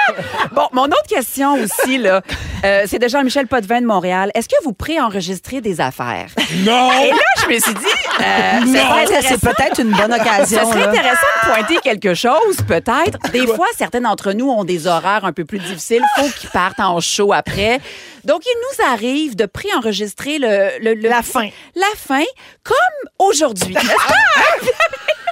Bon, mon autre question aussi, là, euh, c'est de Jean-Michel Potvin de Montréal. Est-ce que vous préenregistrez des affaires?
Non!
Et là, je me suis dit, euh,
je
c'est
pense que
intéressant.
c'est peut-être une bonne
Ce
occasion.
serait
là.
intéressant de pointer quelque chose, peut-être. Des fois, certaines d'entre nous ont des horaires un peu plus difficiles. faut qu'ils partent en show après. Donc, il nous arrive de préenregistrer le, le- le-
La fin.
La fin, comme aujourd'hui.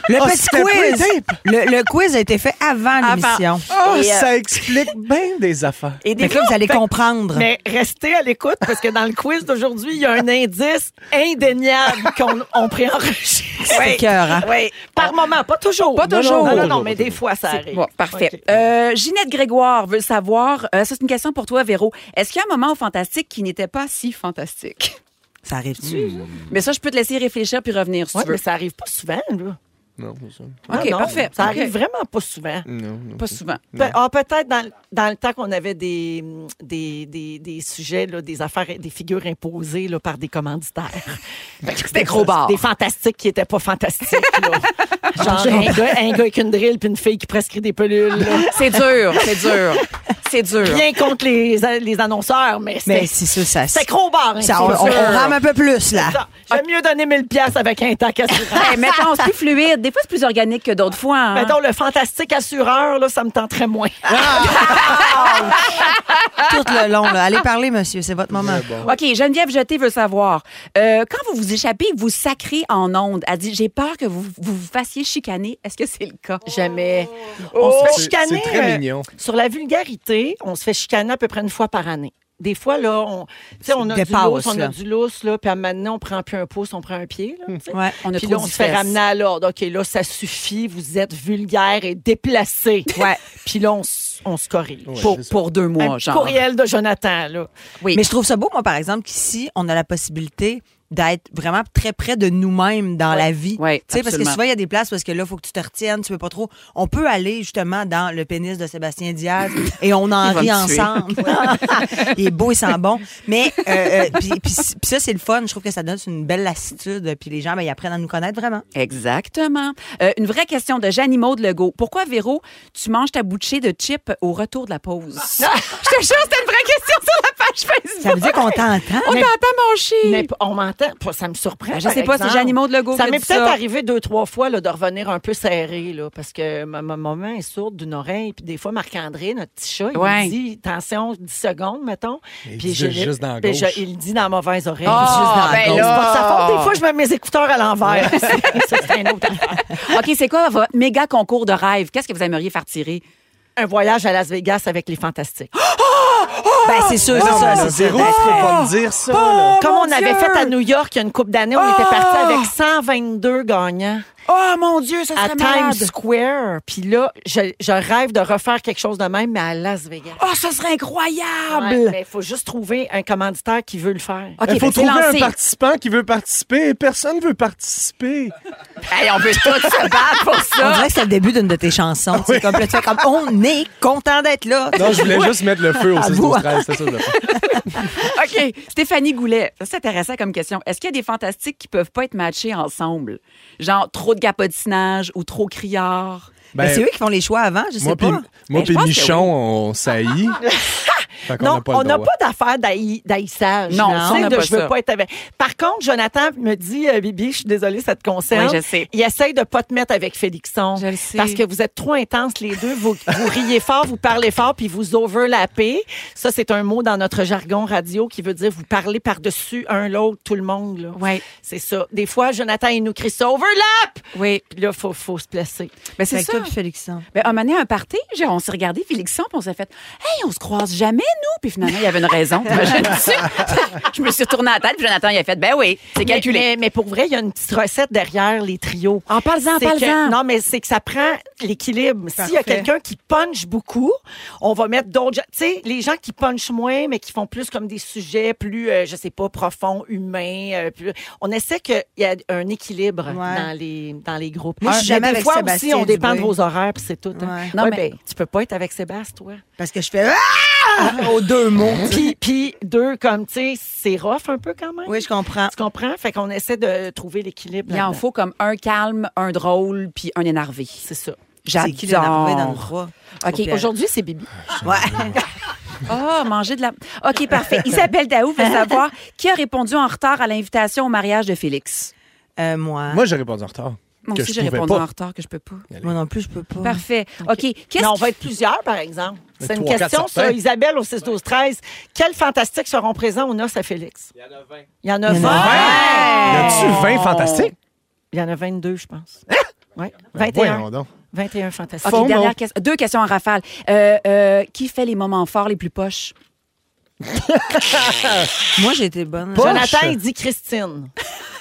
Le
Ah,
petit
c'était
quiz.
pre-tape.
Le, le quiz a été fait avant
Avant.
l'émission.
Ah,
Et, euh,
ça explique bien des affaires.
Et
Fait que là, vous allez comprendre.
Mais restez à l'écoute parce que dans le quiz d'aujourd'hui, il y a un indice indéniable qu'on on préenregistre. Ah.
C'est écœurant.
Oui. Par moment, pas toujours.
hein? Pas toujours.
Non, non, non,
Toujours,
mais des fois, ça arrive.
Bon, parfait.
OK.
Euh, Ginette Grégoire veut savoir, euh, ça c'est une question pour toi, Véro. Est-ce qu'il y a un moment au fantastique qui n'était pas si fantastique?
Ça arrive-tu?
Mais ça, je peux te laisser y réfléchir puis revenir si
Ouais,
tu veux.
mais ça arrive pas souvent, là. Ah
Non, c'est ça.
OK,
Non, non,
parfait.
Ça
OK.
arrive vraiment pas souvent.
Non, non.
Pas souvent.
Pe- ah, peut-être dans, dans le temps qu'on avait des, des, des, des sujets, là, des affaires, des figures imposées là, par des commanditaires.
Ben,
C'était gros bar.
Des fantastiques qui n'étaient pas fantastiques. là. Genre un gars, un gars avec une drill puis une fille qui prescrit des pelules. là.
C'est dur, c'est dur, c'est dur.
Rien contre les, les annonceurs, mais
Mais
c'est
si ça, ça.
c'est gros bar. hein,
Ben,
ça, on,
c'est
on- on
sûr.
rame un peu plus, là.
Ça, J'aime mieux donner 1000 pièces avec un tac assureur.
Hey, mettons, c'est Eh, plus fluide. Des fois, c'est plus organique que d'autres fois. hein.
Mettons, le fantastique assureur, là, ça me tenterait moins.
Tout le long, là. Allez parler, monsieur. C'est votre moment.
OK, Geneviève Jeté veut savoir. euh, quand vous vous échappez, vous sacrez en ondes. Elle dit J'ai peur que vous vous, vous fassiez chicaner. Est-ce que c'est le cas?
Jamais. On se fait
Oh! C'est-
chicaner.
c'est très
euh,
mignon.
Sur la vulgarité, on se fait chicaner à peu près une fois par année. Des fois, là, on, tu sais, on a du
dépasse,
lousse, on a
là.
du lousse, là, puis à maintenant, on prend plus un pouce, on prend un pied. Là, tu sais.
Ouais.
Hmm. On a
Puis
trop
là, on
dit
se fait
fesses.
ramener à l'ordre. OK, là, ça suffit, vous êtes vulgaire et déplacé.
Ouais.
Puis là, on, s- on se corrige.
Pour, pour deux
Un
mois,
petit
genre.
courriel de Jonathan, là.
Oui.
Mais je trouve ça beau, moi, par exemple, qu'ici, on a la possibilité d'être vraiment très près de nous-mêmes dans la vie.
Ouais,
Tu sais, parce que
absolument.
souvent, il y a des places où est-ce que là, faut que tu te retiennes, tu peux pas trop. On peut aller justement dans le pénis de Sébastien Diaz et on en
Il va
rit
me tuer.
ensemble. il est beau, il sent bon. Mais euh, euh, puis, puis- puis ça, c'est le fun. Je trouve que ça donne une belle lassitude. Puis les gens, ben, ils apprennent à nous connaître vraiment.
Exactement. Euh, une vraie question de Jeannie Maud Legault. Pourquoi, Véro, tu manges ta bouchée de chips au retour de la pause? Je te jure, c'était une vraie question sur la page Facebook.
Ça veut dire qu'on t'entend.
On t'entend
Mais
manger.
p- on m'entend. P- Ça me surprend.
Ben, je
par
sais pas, c'est
exemple.
Jeannie Maud Legault
Ça
qui a
m'est
dit
peut-être
ça.
arrivé deux, trois fois là, de revenir un peu serré, là, parce que ma, ma maman est sourde d'une oreille. Puis des fois, Marc-André, notre petit chat, il
Ouais.
me dit attention, 10 secondes, mettons.
Il
Puis
dit
je-
juste dans la
puis je-
gauche.
Il le dit dans la mauvaise oreille.
Ah,
juste dans
ben
la gauche. C'est
là.
pas de sa faute. Des fois, je mets mes écouteurs à l'envers. Ça, c'est un autre affaire.
OK, c'est quoi votre méga concours de rêve? Qu'est-ce que vous aimeriez faire tirer?
Un voyage à Las Vegas avec les fantastiques.
Ben, c'est sûr,
Non,
c'est
mais
ça.
là,
c'est ça.
Véro,
Ben,
tu peux pas me dire ça.
Oh,
là.
Comme on avait fait à New York il y a une couple d'années, on
Ah!
était parti avec 122 gagnants.
Oh mon Dieu, ça
à Times Square. Puis là, je, je rêve de refaire quelque chose de même, mais à Las Vegas.
Ah,
Oh, ça serait
Ouais,
incroyable!
mais il faut juste trouver un commanditaire qui veut le faire.
OK,
Il faut
ben, c'est
trouver un
lancé.
participant qui veut participer et personne veut participer.
Hey, on peut tous se battre pour ça.
On dirait que c'est le début d'une de tes chansons. C'est comme, là, tu fais comme, on est content d'être là.
Non, je voulais juste mettre le feu au
À
6
vous.
12 13 c'est ça. là.
OK. Stéphanie Goulet, ça c'est intéressant comme question. Est-ce qu'il y a des fantastiques qui peuvent pas être matchés ensemble? Genre trop de capotinage ou trop criard?
Ben, c'est eux qui font les choix avant, je sais
moi
pas.
puis moi
Ben, je
puis
pense que
Michon, on saillit. Fait qu'on
non,
a pas le
on n'a
droit.
pas d'affaire d'haï- d'haïssage.
Non, ça, on
Tu sais,
n'a
de
pas
je veux
ça.
pas être avec. Par contre, Jonathan me dit, euh, Bibi, je suis désolée, ça te concerne.
Oui, je sais.
Il essaye de pas te mettre avec Félixon.
Je le sais.
Parce que vous êtes trop intenses les deux. Vous, vous riez fort, vous parlez fort, puis vous overlappez. Ça, c'est un mot dans notre jargon radio qui veut dire vous parlez par-dessus un l'autre, tout le monde. Là.
Ouais.
C'est ça. Des fois, Jonathan, il nous crie ça, overlap!
Oui.
Puis là, faut, faut se placer.
C'est
Ben, c'est
avec
ça.
toi puis Félixon.
Ben, un moment donné, un party, j'ai- on s'est regardé, Félixon, puis on s'est fait Hey, on se croise jamais, nous! Puis finalement, il y avait une raison. T'imagines-tu? je me suis retournée la tête, puis Jonathan, il a fait Ben oui, c'est
Mais,
calculé.
mais- mais pour vrai, il y a une petite recette derrière les trios.
En parle-en, en
C'est que-
parle-en.
Non, mais c'est que ça prend l'équilibre. S'il y a quelqu'un qui punch beaucoup, on va mettre d'autres. gens- Tu sais, les gens qui punchent moins, mais qui font plus comme des sujets plus, euh, je sais pas, profonds, humains. euh, plus- on essaie qu'il y ait un équilibre dans, les, dans les groupes.
Moi, Ah, je suis
Mais
jamais
des
avec
fois aussi,
Sébastien
on dépend de
Dubé.
vos horaires, puis c'est tout. hein.
Ouais.
Non,
Ouais,
mais
ben-
tu peux pas être avec Sébastien, toi.
Parce que je fais Ah! aux deux mots.
Puis, puis deux, comme, tu sais, c'est rough un peu quand même.
Oui, je comprends.
Tu comprends? Fait qu'on essaie de trouver l'équilibre.
Il en
là-dedans.
faut comme un calme, un drôle, puis un énervé.
C'est ça.
C'est qui l'énervé dans le
J'adore.
trois?
OK,
Faut
aujourd'hui, c'est Bibi.
perdre. Ouais.
Ah, manger de la. OK, parfait. Isabelle Daou veut savoir qui a répondu en retard à l'invitation au mariage de Félix.
Euh, moi.
Moi, j'ai répondu en retard.
Moi
que
aussi,
je
j'ai
pouvais
répondu
pas.
en retard que je peux pas.
Moi non plus, je peux pas.
Parfait. OK. Qu'est-ce
Mais on
qui-
va être plusieurs, par exemple. C'est une
trois, quatre
question, ça.
certains.
Isabelle, au 6-12-13. Quels fantastiques seront présents au noces à Félix? Il y en a 20. Il y en a 20.
Y a-tu 20 fantastiques?
Il y en a 22, je pense. Oui,
Ben, Voyons
21.
donc.
21
OK,
fantastiques.
Fond,
dernière
non.
question- Deux questions en rafale. Euh, euh, qui fait les moments forts les plus poches?
Moi, j'ai été bonne.
Pas-
Jonathan, il dit Christine.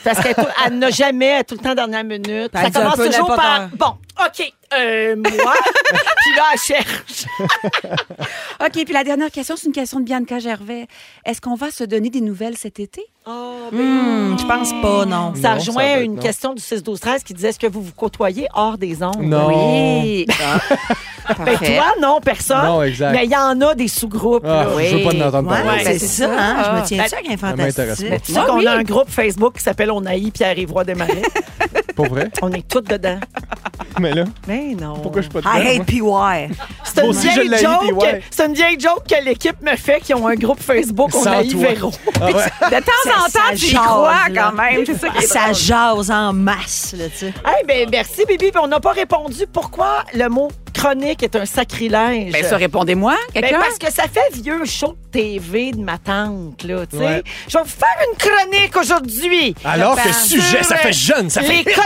Parce qu'elle tout- elle n'a jamais, elle est tout le temps dernière minute.
Ben, Elle
ça
dit un
commence
peu
toujours par.
n'importe
Bon, OK, euh, moi. Puis là, elle cherche.
OK, puis la dernière question, c'est une question de Bianca Gervais. Est-ce qu'on va se donner des nouvelles cet été?
Hmm, je pense pas, non.
Ça
Non, ça
rejoint
va être
une
non.
question du 6-12-13 qui disait est-ce que vous vous côtoyez hors des ondes?
Non.
Oui.
Ben,
Parfait.
toi, non, personne.
Non, exact.
Mais il y en a des sous-groupes.
Ah,
là.
Je veux pas en entendre
Ouais,
parler.
ben, c'est ça, hein. Je me tiens sûr
Ben,
qu'il y a un
ça m'intéresse
fantastique.
pas.
Tu sais
Ah
qu'on
oui.
a un groupe Facebook qui s'appelle On haït Pierre-Yvroy Desmarais.
Pour vrai?
On est toutes dedans.
Mais là,
Mais
Ben,
non.
pourquoi je suis pas dedans?
I
moi?
hate PY.
C'est une,
Moi aussi, je
vieille
l'haïs, puis
joke.
ouais.
C'est une vieille joke que l'équipe me fait qui ont un groupe Facebook On
Sans
haït
toi.
Véro.
Ah ouais.
De temps en temps, tu y crois quand même. C'est ça qui est
Ça
drôle.
jase en masse, là, tu sais.
Hey, ben, merci, Bibi. Puis on n'a pas répondu pourquoi le mot chronique est un sacrilège.
Ben, ça, répondez-moi,
Ben,
quelqu'un.
parce que ça fait vieux show de TV de ma tante, là, tu sais.
Ouais.
Je vais vous faire une chronique aujourd'hui.
Alors que
Ben,
sujet, ça
sur,
fait jeune, ça fait...
Les collations,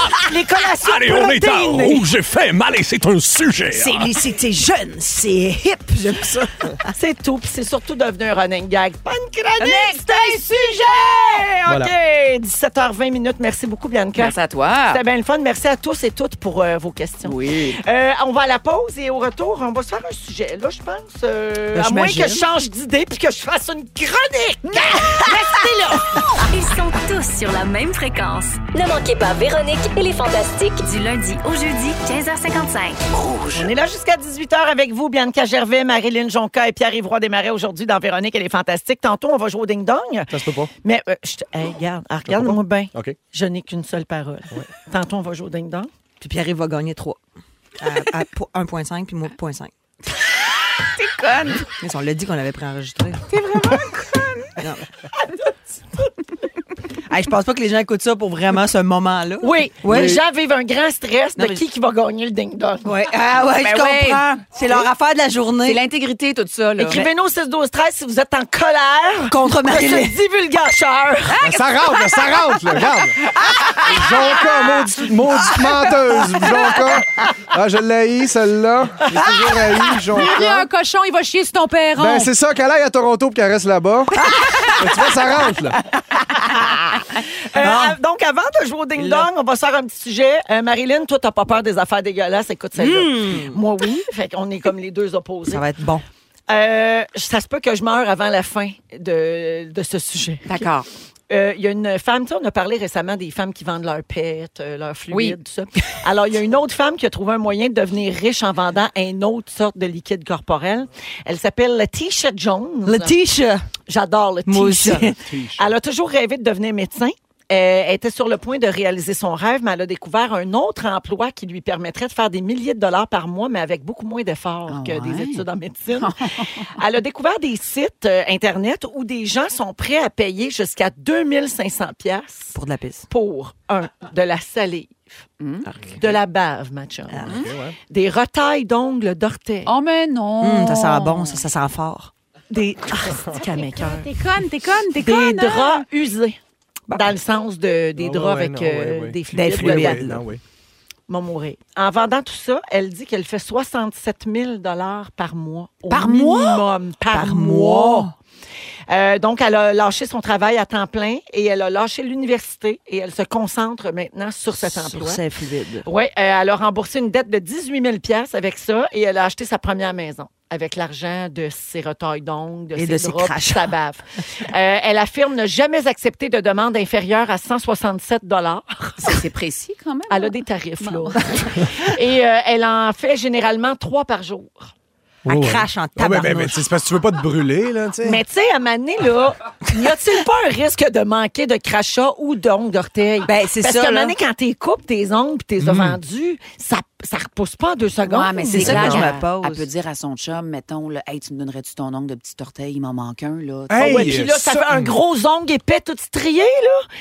les collations
Allez, on est en
protéinées.
rouge et fait mal et c'est un sujet.
C'est- C'est c'est jeune, c'est hip, j'aime ça.
C'est tout, puis c'est surtout devenu un running gag. Pas une chronique, c'est un sujet!
Voilà.
OK, 17h20 minutes. Merci beaucoup, Bianca.
Merci à toi.
C'était bien le fun. Merci à tous et toutes pour euh, vos questions.
Oui.
Euh, on va à la pause et au retour, on va se faire un sujet. Là, je pense, euh,
Ben,
à moins
j'imagine.
que je change d'idée puis que je fasse une chronique. Restez là.
Ils sont tous sur la même fréquence.
Ne manquez pas Véronique et les Fantastiques.
Du lundi au jeudi, 15h55.
On est là jusqu'à 18h avec vous, Bianca Gervais, Marilyn Jonca et Pierre-Yves Roy Desmarais aujourd'hui dans Véronique. Elle est fantastique. Tantôt, on va jouer au ding-dong.
Ça se peut pas.
Mais euh, je te- hey, regarde, ah, regarde-moi bien.
OK.
Je n'ai qu'une seule parole. Tantôt, on va jouer au ding-dong.
Puis Pierre, il va gagner 3. À, à po- 1,5 puis moi, 0.5.
T'es conne.
Mais On l'a dit qu'on l'avait préenregistré. T'es vraiment con! je pense pas que les gens écoutent ça pour vraiment ce moment-là.
Oui,
Ouais.
les gens vivent un grand stress de
mais-
qui qui va gagner le ding-dong.
Ouais. Ah ouais,
Ben
je
ouais.
comprends. C'est leur affaire de la
C'est
journée.
l'intégrité, tout ça. Là.
Écrivez-nous au 6 12 13 si vous êtes en colère
Contre
de
Marilyn.
ce divulgateur.
Ben, ça rentre, là, ça rentre, là, regarde. Jonca, maudite, maudite menteuse, Jonca. Ah, je l'ai haï, celle-là. J'ai toujours haï,
Il y a
Jonca.
un cochon, il va chier sur ton perron.
Ben, c'est ça, qu'elle aille à Toronto puis qu'elle reste là-bas. Ben, tu vois, ça rentre, là.
Euh, av- donc, avant de jouer au ding-dong, on va se faire un petit sujet. Euh, Marilyn, toi, t'as pas peur des affaires dégueulasses. Écoute celle-là. Moi, oui. Fait qu'on est comme les deux opposés.
Ça va être bon.
Euh, ça se peut que je meure avant la fin de, de ce sujet.
D'accord.
Euh, Il y a une femme, tu sais, on a parlé récemment des femmes qui vendent leurs pets, euh, leurs fluides,
Oui.
tout ça. Alors, il y a une autre femme qui a trouvé un moyen de devenir riche en vendant une autre sorte de liquide corporel. Elle s'appelle Letitia Jones.
Le t-shirt.
J'adore le
Moi
t-shirt.
aussi.
Elle a toujours rêvé de devenir médecin. Euh, elle était sur le point de réaliser son rêve, mais elle a découvert un autre emploi qui lui permettrait de faire des milliers de dollars par mois, mais avec beaucoup moins d'efforts
Ah
que des
ouais.
études en médecine. elle a découvert des sites euh, Internet où des gens sont prêts à payer jusqu'à 2500 pièces
Pour de la pisse.
pour, un, de la salive,
Hmm.
de la bave, ma chum, des retailles d'ongles d'orteil,
Ah, Oh, mais non.
Hum, ça sent bon, ça, ça sent fort.
des... Ah, c'est qu'à mes cœurs.
T'es conne, t'es conne, t'es
des
conne. hein?
draps usés.
Bon.
Dans le sens de, des
Ah ouais,
draps
ouais,
avec
non,
euh,
ouais, ouais.
des fluides.
Des fluides.
dedans.
Eh, non, oui.
M'en mourir. En vendant tout ça, elle dit qu'elle fait 67 000 par mois. au
Par mois?
minimum, Par,
Par
mois!
mois.
Euh, donc, elle a lâché son travail à temps plein et elle a lâché l'université et elle se concentre maintenant sur cet
Sur
emploi.
c'est fluide.
Oui, euh, elle a remboursé une dette de 18 000 avec ça et elle a acheté sa première maison avec l'argent de ses retailles d'ongles, de
Et
ses
de ses
draps, puis
crachats.
sa bave. Euh, elle affirme ne jamais accepter de demande inférieure à 167
C'est c'est précis quand même.
Elle a des tarifs, là. et euh, elle en fait généralement trois par jour.
Elle crache en
Ah, ben, ben, ben,
tabarnouche.
c'est parce que tu veux pas te brûler, là, tu sais.
Mais tu sais, à Mané, là, n'y a-t-il pas un risque de manquer de crachats ou d'ongles d'orteil?
Ben, c'est
Parce
ça,
qu'à
là. Mm.
Mané, quand t'es coupes tes ongles puis t'es vendus, ça, ça repousse pas en deux secondes.
Ouais, mais c'est
ça
clair
que je
qu'elle-
me pose.
Elle peut dire à son chum, mettons, là, hey, tu me donnerais-tu ton ongle de petit orteil, il m'en manque un, là.
Ah
Hey,
ouais, puis là, ça,
ça-
fait un gros ongle épais tout strié,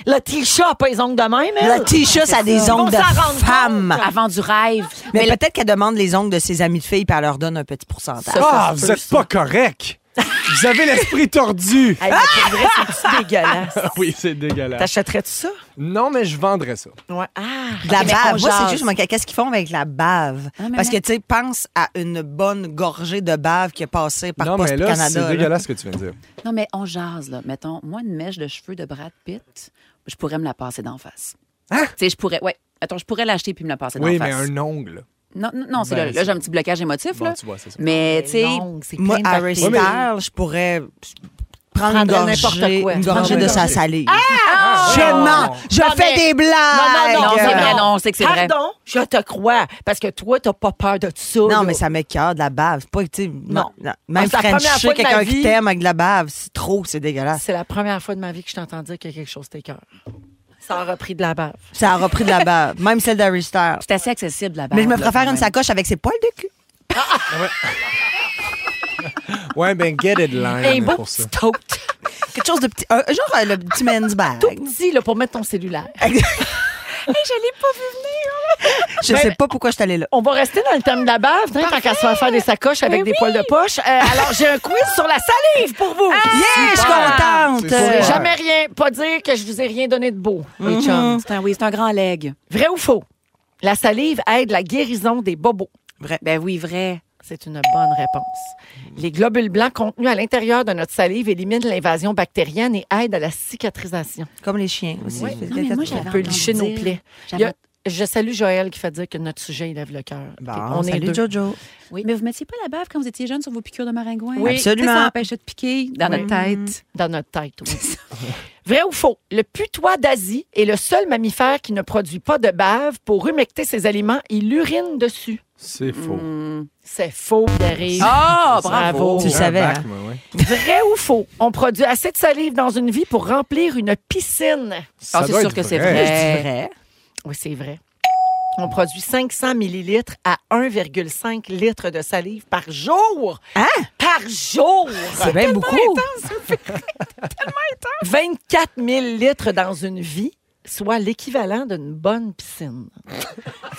là. Le t-shirt a pas les ongles de même, elle.
Le t-shirt, ça a
Ils
des
vont
ongles
s'en rendre
de femme.
compte.
Avant du rêve.
Mais peut-être qu'elle demande les ongles de ses amies de filles puis elle leur donne un petit pourcentage.
Ah, vous êtes pas correct. Vous avez l'esprit tordu.
Ah,
Hey, mais pour vrai, c'est-tu dégueulasse?
Oui, c'est dégueulasse.
T'achèterais-tu ça?
Non, mais je vendrais ça.
Ouais. Ah!
De la
Ok, mais on
bave. Moi,
jase.
c'est juste, moi, qu'est-ce qu'ils font avec la bave?
Ah, mais
Parce que,
mais-
tu sais, pense à une bonne gorgée de bave qui est passée par
non,
Poste
mais là,
Canada.
c'est
là.
dégueulasse ce que tu viens de dire.
Non, mais on jase, là. Mettons, moi, une mèche de cheveux de Brad Pitt, je pourrais me la passer d'en face.
Hein?
Tu sais, je pourrais, ouais. Attends, je pourrais l'acheter puis me la passer
Oui,
d'en
mais
face.
un ongle.
Non, non, non, c'est
Ben,
là.
c'est-
Là, j'ai un petit blocage émotif,
Bon,
là.
tu vois, c'est ça.
Mais, tu sais,
Non, c'est
Moi,
plein de
Harry
bactéries.
Styles, je pourrais prendre une
Prendre
gorgée,
n'importe quoi.
une gorgée
Prendre
de
une
sa
gorgée.
salive.
Ah!
je mens! Je
Non,
fais
mais-
des blagues!
Non, non, non,
Non, c'est vrai,
non.
non, on sait que c'est vrai.
Pardon, je te crois. Parce que toi, t'as pas peur de ça.
Non,
là.
mais ça m'écoeure de la bave. Pas, tu sais,
Non. Ah,
Même
C'est la première
Frencher
fois de ma
quelqu'un
vie.
qui t'aime avec de la bave, c'est trop, c'est dégueulasse.
C'est la première fois de ma vie que je t'entends dire qu'il y a quelque chose t'écœure. Ça a repris de la bave.
Ça a repris de la bave. Même celle d'Harry Styles.
c'est assez accessible, là-bas.
Mais je me préfère une sacoche avec ses poils de cul.
Ouais, ben, get it
Un
line
beau
pour ça.
petit tote.
Quelque chose de petit. un- genre euh, le petit men's bag.
Tout petit, là, pour mettre ton cellulaire.
Je sais pas pourquoi je suis allée là.
On va rester dans le thème de la bave, hein, tant qu'à se faire faire des sacoches avec des poils de poche. Euh, alors, j'ai un quiz sur la salive pour vous.
Yeah, je suis contente!
C'est
Euh,
super.
jamais rien, pas dire que je vous ai rien donné de beau, les chums.
C'est un, oui, c'est un grand leg.
Vrai ou faux? La salive aide la guérison des bobos.
Ben oui, vrai.
C'est une bonne réponse. Les globules blancs contenus à l'intérieur de notre salive éliminent l'invasion bactérienne et aident à la cicatrisation.
Comme les chiens aussi.
Ouais.
C'est
Non, mais moi, j'avais
On peut
entendu
licher nos
dire-
plaies.
J'avais-
Il y a- je salue Joël qui fait dire que notre sujet, il lève le cœur.
Bon,
Puis
salut
deux.
Jojo.
Oui. Mais vous mettiez pas la bave quand vous étiez jeune sur vos piqûres de maringouin?
Oui.
Tu sais, Ça
Absolument.
empêchait de piquer dans
Oui.
notre tête.
Dans notre tête, oui. Vrai ou faux? Le putois d'Asie est le seul mammifère qui ne produit pas de bave. Pour humecter ses aliments, il urine dessus.
C'est faux.
C'est faux, Pierre.
Ah,
bravo.
Tu le
J'ai un
savais,
Oh, bac,
hein?
moi, ouais.
Vrai ou faux? On produit assez de salive dans une vie pour remplir une piscine.
Ça
c'est
doit
sûr
être
que c'est
C'est
vrai.
vrai.
Oui, c'est vrai. On produit 500 millilitres à 1,5 litre de salive par jour.
Hein?
Par jour!
C'est bien beaucoup.
24 000 litres dans une vie, soit l'équivalent d'une bonne piscine.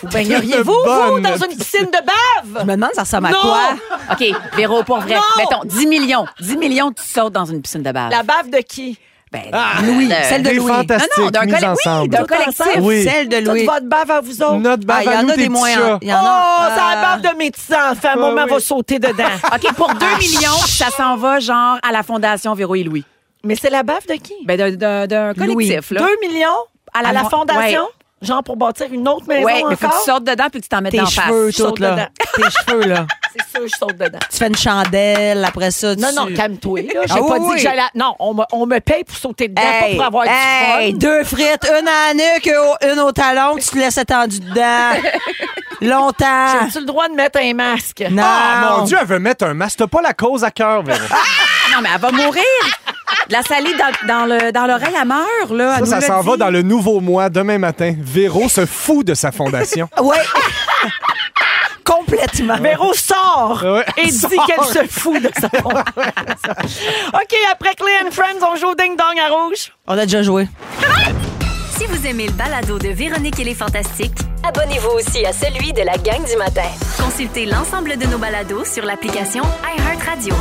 Vous baigneriez-vous, vous,
bonne
dans une piscine de
Je
bave?
me demande ça ressemble à
Non!
quoi.
OK, Véro, pour vrai,
Non!
mettons 10 millions. 10 millions, tu sautes dans une piscine de bave.
La bave de qui?
Ben,
Louis,
euh,
celle de
Des
Louis.
fantastiques
Non, non, d'un
mises
collègue- oui,
ensemble.
d'un collectif.
Oui.
Celle de Louis.
Toute votre bave à vous autres?
Notre
Ah,
bave
il y
à
en
nous,
a des
petits
moyens.
chats.
Il y en
oh,
a. Ah.
c'est la bave de mes petits enfants. Maman
oui.
va sauter dedans.
OK, pour 2 millions, ça s'en va genre à la Fondation Véro et Louis.
Mais c'est la bave de qui?
Ben, d'un- d'un d'un collectif, là.
2 millions à la,
À
la
mon-
fondation? Genre pour bâtir une autre maison
Ouais, mais faut que
encore?
tu sortes dedans puis que tu t'en mettes
Tes
en
cheveux,
face.
Je saute
tout, là.
dedans.
Tes cheveux, là.
C'est sûr, je saute dedans.
Tu fais une chandelle, après ça, tu...
Non, non, calme-toi. là. J'ai
Ah
pas
oui,
dit
oui.
que j'allais. à- Non, on me, on me paye pour sauter dedans,
Hey,
pas pour avoir
hey,
du fun.
deux frites, une à la nuque, une au talon, tu te laisses étendu dedans. Longtemps.
J'ai-tu le droit de mettre un masque?
Non.
Ah, mon Dieu, elle veut mettre un masque. T'as pas la cause à cœur, Véro.
Non, mais elle va mourir. De la salive dans, dans le- dans l'oreille, elle meurt, là.
Ça,
Elle
ça
nous l'a
s'en va
dit.
dans le nouveau mois, demain matin. Véro se fout de sa fondation.
Oui. Complètement.
Véro sort
Ouais.
et dit qu'elle se fout de sa OK, après Clay and Friends, on joue au ding-dong à rouge.
On a déjà joué.
Si vous aimez le balado de Véronique et les Fantastiques,
Abonnez-vous aussi à celui de la gang du matin.
consultez l'ensemble de nos balados sur l'application iHeartRadio.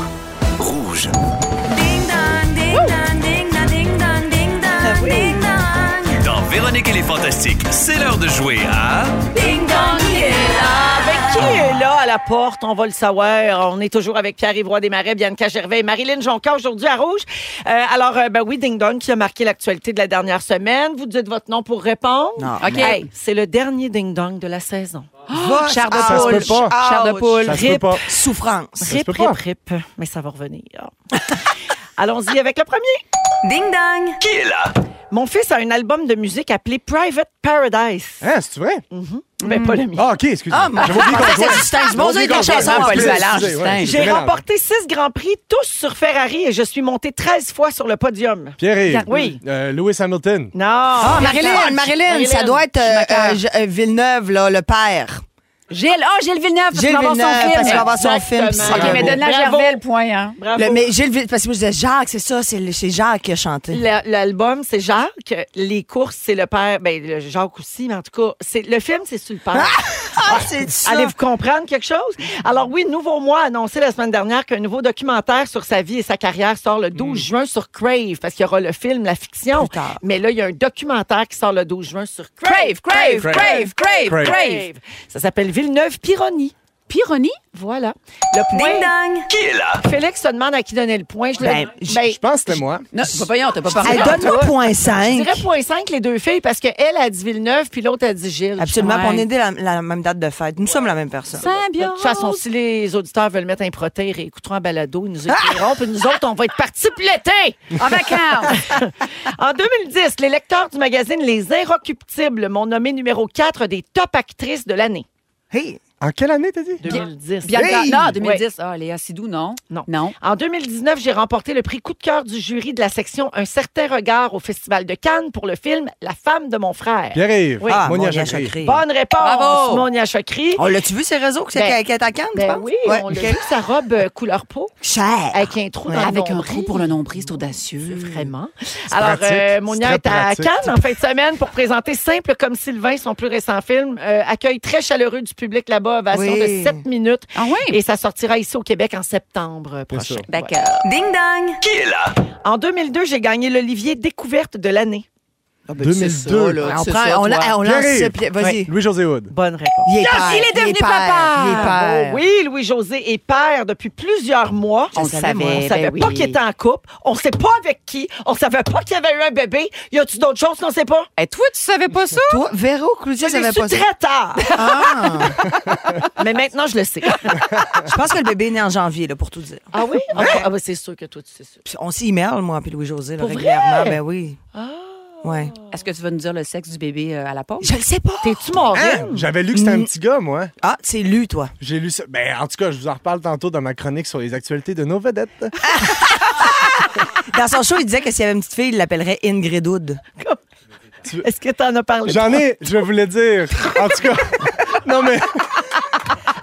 Rouge.
Ding dong, ding dong, ding dong, ding dong, ding
Ah
dong, ding dong.
Dans Véronique et les Fantastiques, c'est l'heure de jouer à...
Ding dong, il est là.
Avec qui est là à la porte? On va le savoir. On est toujours avec Pierre-Yves Roy Desmarais, Bianca Gervais et Marilyn Jonca aujourd'hui à Rouge. Euh, alors, euh, ben oui, ding-dong qui a marqué l'actualité de la dernière semaine. Vous dites votre nom pour répondre.
Non,
OK. Hey, c'est le dernier ding-dong de la saison.
Char
de ça se poule. peut pas.
Char de poule.
Ça se peut pas.
Souffrance.
se
Rip,
peut
rip,
pas.
rip. Mais ça va revenir. Allons-y avec le premier.
Ding dong.
Qui est là?
Mon fils a un album de musique appelé Private Paradise.
Hein, c'est vrai?
Mais pas le mien.
Ah, OK, excuse-moi. J'avais oublié qu'on jouait.
Justin, c'est bon,
J'avais oublié
ta
qu'on jouait. Ah,
chanson,
Excusez,
polyvalent,
excusez,
Justin.
ouais,
J'ai
j'étais
remporté six grands prix, tous sur Ferrari, et je suis monté 13 fois sur le podium.
Pierre
Oui.
Euh, Lewis Hamilton.
Non.
Ah, Marilyn, Marilyn, ça doit être euh, euh, J- euh, Villeneuve, là, le père.
Gilles, oh, Gilles Villeneuve, parce
Gilles
qu'il va avoir son
Villeneuve,
film.
parce qu'il va avoir son film.
Exactement.
puis c'est
OK, mais
Bravo.
donne-la à
Bravo.
Gervais le point, hein.
Bravo.
Le- mais Gilles Villeneuve, parce que moi, je disais Jacques, c'est ça, c'est le- c'est Jacques qui a chanté.
Le- L'album, c'est Jacques. Les courses, c'est le père. Ben, le Jacques aussi, mais en tout cas, c'est le film, c'est sur le père.
Ah, c'est ça.
Allez-vous comprendre quelque chose? Alors oui, Nouveau Mois a annoncé la semaine dernière qu'un nouveau documentaire sur sa vie et sa carrière sort le 12 juin sur Crave, parce qu'il y aura le film, la fiction.
Mm. Plus tard.
Mais là, il y a un documentaire qui sort le 12 juin sur Crave.
Crave, crave,
Crave.
crave, crave,
Crave.
crave.
Ça s'appelle Villeneuve Pironi.
Pironi?
Voilà. Le
Ding
point.
dong.
Qui est là?
Félix se demande à qui donner le point. Je, le-
Ben, je-
ben,
Je pense que c'était moi.
Non, c'est pas voyant, t'as pas parlé. Ah,
Hey, donne-moi point
Ah, je
5.
dirais point 5 les deux filles parce qu'elle a dit Villeneuve puis l'autre a dit Gilles.
Absolument,
Ouais.
puis on est dès la, la même date de fête. Nous sommes la même personne.
De toute façon, si les auditeurs veulent mettre un proté, ils réécouteront un balado, ils nous
Ah!
écriront, puis nous autres, on va être partis pour l'été!
En vacances.
En 2010, les lecteurs du magazine Les Inrecuptibles m'ont nommé numéro 4 des top actrices de l'année.
Hey,
En quelle année t'as dit?
2010.
Bianca,
Hey!
non, 2010. Ah, Léa Sidou, non.
Non.
Non.
En 2019, j'ai remporté le prix coup de cœur du jury de la section Un certain regard au Festival de Cannes pour le film La femme de mon frère.
Pierre-Yves.
Oui.
ah,
Monia
Monia
Chakri.
Chakri.
Bonne réponse,
Bravo!
Monia Chokri.
On l'a-tu vu, ces réseaux, que c'est
Ben,
qu'elle qu'elle est à Cannes, tu
Ben
penses?
oui,
Ouais,
on
ok.
l'a vu, sa robe euh, couleur peau,
Cher.
avec un trou dans le
Avec un
nombril.
trou pour le nombril, c'est audacieux.
Vraiment. Alors,
pratique.
euh,
C'est
Monia est
très
à
pratique.
Cannes en fin de semaine pour présenter Simple comme Sylvain, son plus récent film. Euh, accueil très chaleureux du public là-bas, ovation
Oui.
de 7 minutes.
Ah oui?
Et ça sortira ici au Québec en septembre euh, prochain.
sûr.
Ouais.
D'accord.
Ding dong.
Qui est là?
En 2002, j'ai gagné l'Olivier Découverte de l'année.
ben,
Ah, c'est ça,
2002.
là.
On,
Ce
prend,
soir,
on, la-
toi.
on lance
Pierre-Yves.
ça, puis- vas-y.
Louis-José Hood.
Bonne réponse.
Il est
Yes,
père,
il est
il
devenu
est père,
papa.
il est père.
Oh oui, Louis-José est père depuis plusieurs mois.
On le savait,
On
ben
savait pas
oui.
qu'il était en couple. On sait pas avec qui. On savait pas qu'il y avait eu un bébé. Y a-tu d'autres choses qu'on sait pas?
Hey, toi, tu savais pas ça?
Toi, Véro, Claudia,
Je
ça
l'ai
va
su
pas ça.
très tard.
Ah.
Mais maintenant, je le sais.
Je pense que le bébé est né en janvier, là, pour tout dire.
Ah oui? Ah, Ah
bah,
oui, c'est sûr que toi, tu sais ça.
Puis on s'email, moi, puis Louis-José, là,
Pour vrai? Ah.
régulièrement. Ben oui. Ouais.
Oh. Est-ce que tu vas nous dire le sexe du bébé euh, à la pause?
Je le sais pas.
T'es-tu morine?
Hein? J'avais lu que c'était un petit gars, moi.
Ah, c'est lu, toi.
J'ai lu ça. Ben, en tout cas, je vous en reparle tantôt dans ma chronique sur les actualités de nos vedettes.
Dans son show, il disait que s'il y avait une petite fille, il l'appellerait Ingrid Wood.
Est-ce que t'en as parlé?
J'en ai, je vais vous le dire. En tout cas, non mais,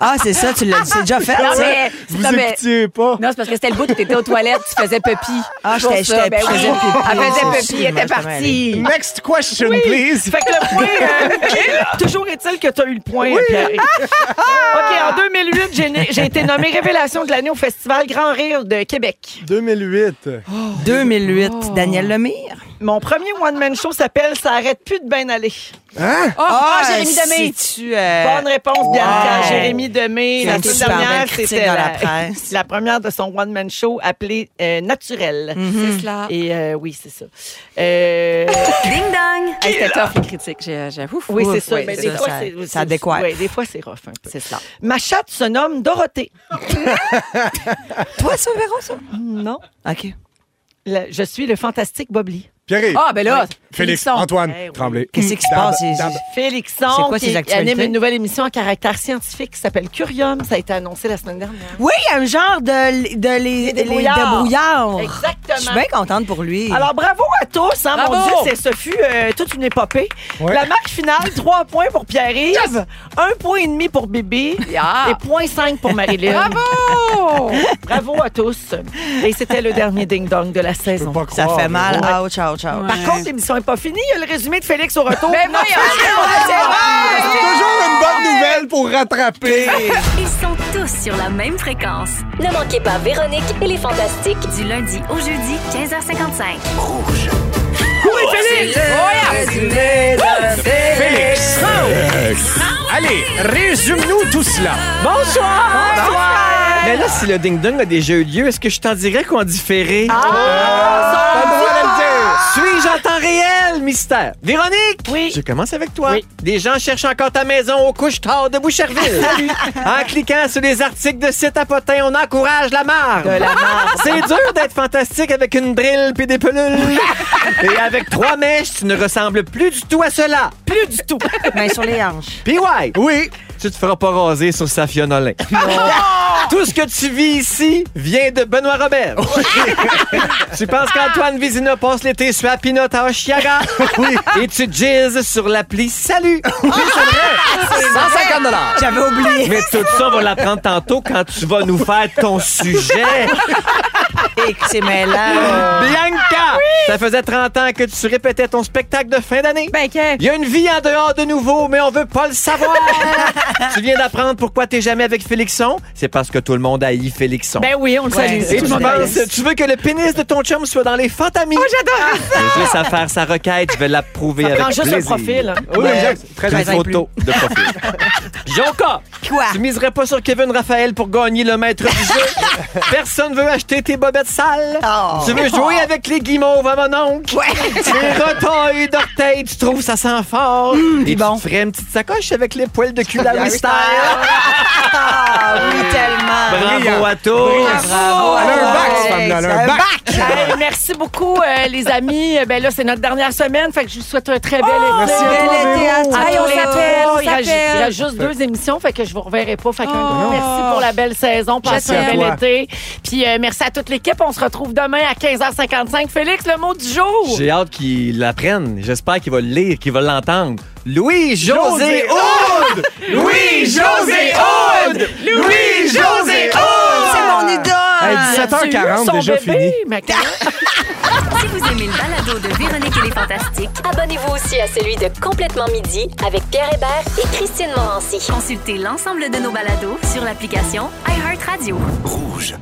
Ah, c'est ça, tu l'as dit. C'est déjà fait.
Non,
ça.
mais.
vous
non, mais-
écoutiez pas.
Non, c'est parce que c'était le bout où t'étais aux toilettes, tu faisais puppy.
Ah,
C'est pour
j'étais-
ça,
j'étais-
ben
je
oui.
faisais puppy.
Elle faisait puppy,
Absolument,
elle était
j'étais mêlée.
partie.
Next question, please.
Fait que le point, euh, toujours est-il que tu as eu le point, Pierre. OK, en 2008, j'ai né- j'ai été nommée Révélation de l'année au Festival Grand Rire de Québec.
2008.
2008,
Oh.
Daniel Lemire.
Mon premier one-man show s'appelle Ça arrête plus de bien aller.
Hein?
Oh, ah, Jérémy
euh,
Demé.
si tu, euh,
Bonne réponse, Bianca.
wow.
Jérémy Demé,
C'est
la
une
semaine
super belle
dernière,
critique
c'était
dans la
la,
presse.
la première de son one-man show appelé euh, Naturel.
Mhm.
C'est cela.
Et euh, oui, c'est ça. Euh,
Ding dong!
Hey, C'était tough, les critiques, j'ai- j'avoue.
oui, c'est ça.
Oui,
mais
c'est
des
ça,
fois,
ça-
c'est-
ça décoiffe.
ouais, des fois, c'est rough un peu.
C'est cela.
Ma chatte se nomme Dorothée.
Toi, ça, Véro, ça?
Non.
OK.
Le- je suis le fantastique Bob Lee.
Pierre.
Ah, ben là,
Félix,
Félixon.
Antoine,
Eh oui.
Tremblay.
Qu'est-ce qui se
Dab-
passe? C'est-
dab-
Félixon,
C'est quoi
qui
ses actualités?
anime une nouvelle émission à caractère scientifique qui s'appelle Curium. Ça a été annoncé la semaine dernière.
Oui, il y a un genre de, de les, les
débrouillards.
débrouillards.
Exactement.
Je suis bien contente pour lui.
Alors, bravo à tous. hein, mon
Bravo.
Dieu, c'est- ce fut euh, toute une épopée.
Ouais.
La marque finale, 3 points pour Pierre-Yves, 1 point et demi pour Bibi
Yeah.
et 0.5 pour Marilyn.
Bravo!
bravo à tous. Et c'était le dernier ding-dong de la
Je peux
saison.
pas
ça
croire,
fait
mais
mal.
bon.
Ouch, ouch, ouch.
Par contre, l'émission n'est pas finie. Il y a le résumé de Félix au retour.
Ben
Non,
C'est
voyons!
toujours une bonne nouvelle pour rattraper.
Ils sont tous sur la même fréquence.
Ne manquez pas Véronique et les Fantastiques.
Du lundi au jeudi, 15h55.
Félix. Allez, résume-nous tout cela.
Bonsoir.
Mais Ben là, si le ding-dong a déjà eu lieu, est-ce que je t'en dirais qu'on Ah! différé?
Ah!
Pas de droit de le dire.
Suis-je en temps réel, mystère? Véronique!
Oui.
Je commence avec toi.
Oui.
Des gens cherchent encore ta maison au couche-tard de Boucherville. en cliquant sur les articles de site à potins, on encourage la marre. C'est dur d'être fantastique avec une brille puis des pelules. Et avec trois mèches, tu ne ressembles plus du tout à cela.
Plus du tout.
Main sur les hanches.
Puis ouais. Oui. Tu te feras pas raser sur Safia Nolin. Tout ce que tu vis ici vient de Benoît Robert. tu penses qu'Antoine Vézina passe l'été sur la pinotte à Oshiaga? oui. Et tu jizzes sur l'appli Salut. oui, c'est vrai. 150 dollars.
Ah, J'avais oublié.
Mais tout ça, on va l'apprendre tantôt quand tu vas nous faire ton sujet.
Et que c'est mêlant.
Bianca! Ça faisait 30 ans que tu répétais ton spectacle de fin d'année.
Ben,
Il y a une vie en dehors de nouveau, mais on veut pas le savoir. tu viens d'apprendre pourquoi t'es jamais avec Félixon? C'est parce que tout le monde haït Félixon.
Ben oui, on le salue.
tout
Et tu
le monde
penses,
déteste.
tu veux que le pénis de ton chum soit dans les fantamis? Oh, j'adore ça! Je vais juste à faire sa requête, je vais l'approuver
Ça
avec
prend juste
plaisir.
un profil.
Oui,
Ouais.
exact. Très
Une
bien.
photo de profil. Jonka!
Quoi?
Tu miserais pas sur Kevin Raphaël pour gagner le maître du jeu? Personne veut acheter tes bobettes sales.
Oh.
Tu veux jouer avec les guimauves à mon oncle? Tu retailles d'orteil, tu trouves ça sent fort. Et
bon.
tu te ferais une petite sacoche avec les poils de cul d'Harry Styles.
Ah, oui, tellement.
Bravo à tous.
Bravo.
Elle a un bac,
Alex.
cette femme-là, elle a un bac.
Hey, merci beaucoup, euh, les amis. Euh, Ben là, c'est notre dernière semaine. Fait que je vous souhaite un très bel été.
Oh! merci à toi,
Bel été à
À
toi.
tous les trois.
on
Il reste-
s'appelle.
Il reste juste deux émissions, fait que je vous reverrai pas. Fait que euh,
Oh.
merci pour la belle saison. Passez un
Merci à
bel
toi.
été. Puis euh, merci à toute l'équipe. On se retrouve demain à 15h55. Félix, le mot du jour.
J'ai hâte qu'il l'apprenne. J'espère qu'il va le lire, qu'il va l'entendre. Louis-José
José Aude! Louis-José Aude! Louis-José Aude!
C'est mon idole.
Hey, 17h40,
Son
déjà
bébé,
fini.
Maca.
Si vous aimez le balado de Véronique et les Fantastiques,
Abonnez-vous aussi à celui de Complètement Midi avec Pierre Hébert et Christine Morancy.
consultez l'ensemble de nos balados sur l'application iHeartRadio.
Rouge.